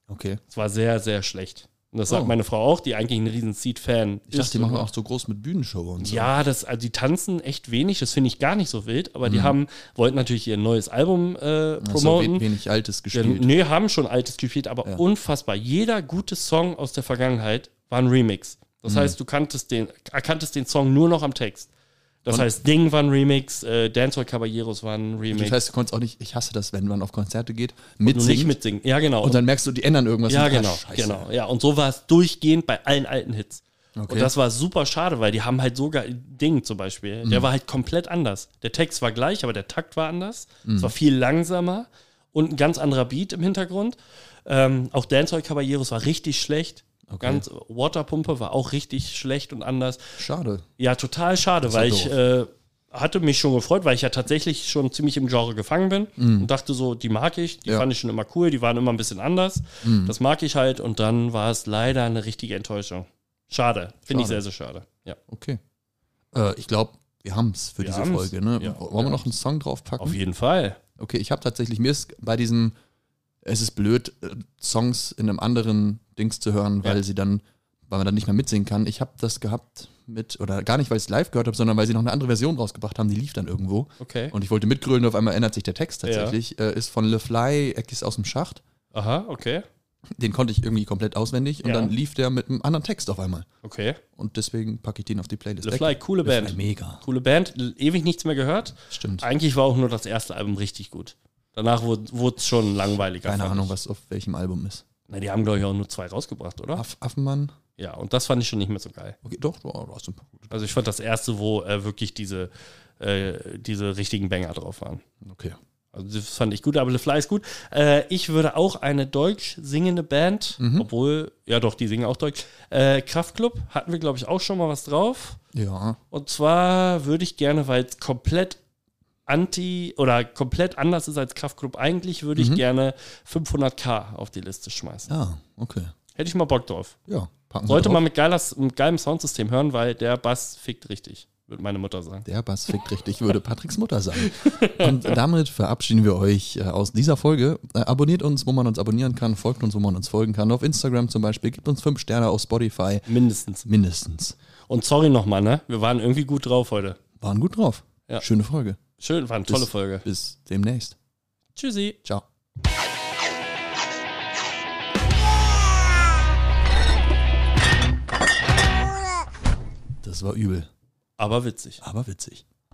Okay. Es war sehr, sehr schlecht. Und das sagt Oh. meine Frau auch, die eigentlich ein riesen Seed-Fan Ich dachte, die machen auch so groß mit Bühnenshow und so. Ja, das, also die tanzen echt wenig, das finde ich gar nicht so wild, aber die haben, wollten natürlich ihr neues Mhm. Album äh, Ach so, Also, we- promoten. wenig Altes Ja, gespielt. nee, haben schon altes gespielt, aber Ja. unfassbar. Jeder gute Song aus der Vergangenheit war ein Remix. Das Mhm. heißt, du kanntest den, erkanntest den Song nur noch am Text. Das Und- heißt, Ding war ein Remix, äh, Dance for Caballeros war ein Remix. Das heißt, du konntest auch nicht, ich hasse das, wenn man auf Konzerte geht, mit Nur nicht mitsingen. Ja, genau. und dann merkst du, die ändern irgendwas. und, Ja, ah, genau, scheiße. genau. Ja, und so war es durchgehend bei allen alten Hits. Und Okay. das war super schade, weil die haben halt sogar Ding zum Beispiel, Mhm. der war halt komplett anders. Der Text war gleich, aber der Takt war anders. Es Mhm. war viel langsamer und ein ganz anderer Beat im Hintergrund. Ähm, auch Dancehall Caballeros war richtig schlecht. Ganz Waterpumpe war auch richtig schlecht und anders. Schade. Ja, total schade, weil ja ich äh, hatte mich schon gefreut, weil ich ja tatsächlich schon ziemlich im Genre gefangen bin und dachte so, die mag ich, die Mhm. Ja. Mhm. fand ich schon immer cool, die waren immer ein bisschen anders. Das mag ich halt und dann war es leider eine richtige Enttäuschung. Schade. Finde Schade. ich Mhm. sehr, sehr schade. Ja. Okay. Äh, ich glaube, wir haben es für Wir diese haben's. Folge. Ne? Ja, Wollen wir wir noch einen Song draufpacken? Auf jeden Fall. Okay, ich habe tatsächlich, mir ist bei diesem, es ist blöd, äh, Songs in einem anderen Dings zu hören, weil Ja. sie dann, weil man dann nicht mehr mitsingen kann. Ich habe das gehabt mit, oder gar nicht, weil ich es live gehört habe, sondern weil sie noch eine andere Version rausgebracht haben, die lief dann irgendwo. Okay. Und ich wollte mitgrölen und auf einmal ändert sich der Text tatsächlich. Äh, ist von Le Fly, Eckis aus dem Schacht. Aha, okay. Den konnte ich irgendwie komplett auswendig und Ja. dann lief der mit einem anderen Text auf einmal. Okay. Und deswegen packe ich den auf die Playlist. The Eck- Fly, coole Le Fly, Band. Mega. Coole Band. L- Ewig nichts mehr gehört. Stimmt. Eigentlich war auch nur das erste Album richtig gut. Danach wurde es schon langweiliger. Keine fand Ahnung, ich. was auf welchem Album ist. Na, die haben, glaube ich, auch nur zwei rausgebracht, oder? Aff Affenmann? Ja, und das fand ich schon nicht mehr so geil. Okay, doch, oh, da hast du ein paar gute. Also ich fand das erste, wo äh, wirklich diese, äh, diese richtigen Banger drauf waren. Okay. Also das fand ich gut, aber The Fly ist gut. Äh, ich würde auch eine deutsch singende Band, obwohl, ja doch, die singen auch deutsch, äh, Kraftklub, hatten wir, glaube ich, auch schon mal was drauf. Ja. Und zwar würde ich gerne, weil es komplett anti oder komplett anders ist als Kraftklub eigentlich, würde ich gerne 500k auf die Liste schmeißen. Ah, okay. Hätte ich mal Bock drauf. Ja, packen Sollte drauf. man mit, geiler, mit geilem Soundsystem hören, weil der Bass fickt richtig, würde meine Mutter sagen. Der Bass fickt richtig, würde Patricks Mutter sagen. Und damit verabschieden wir euch äh, aus dieser Folge. Äh, Abonniert uns, wo man uns abonnieren kann, folgt uns, wo man uns folgen kann. Auf Instagram zum Beispiel, gibt uns fünf Sterne auf Spotify. Mindestens. Mindestens. Und sorry nochmal, ne? Wir waren irgendwie gut drauf heute. Waren gut drauf. Ja. Schöne Folge. Schön, war eine tolle Bis- Folge. Bis demnächst. Tschüssi. Ciao. Das war übel, Aber witzig. aber witzig.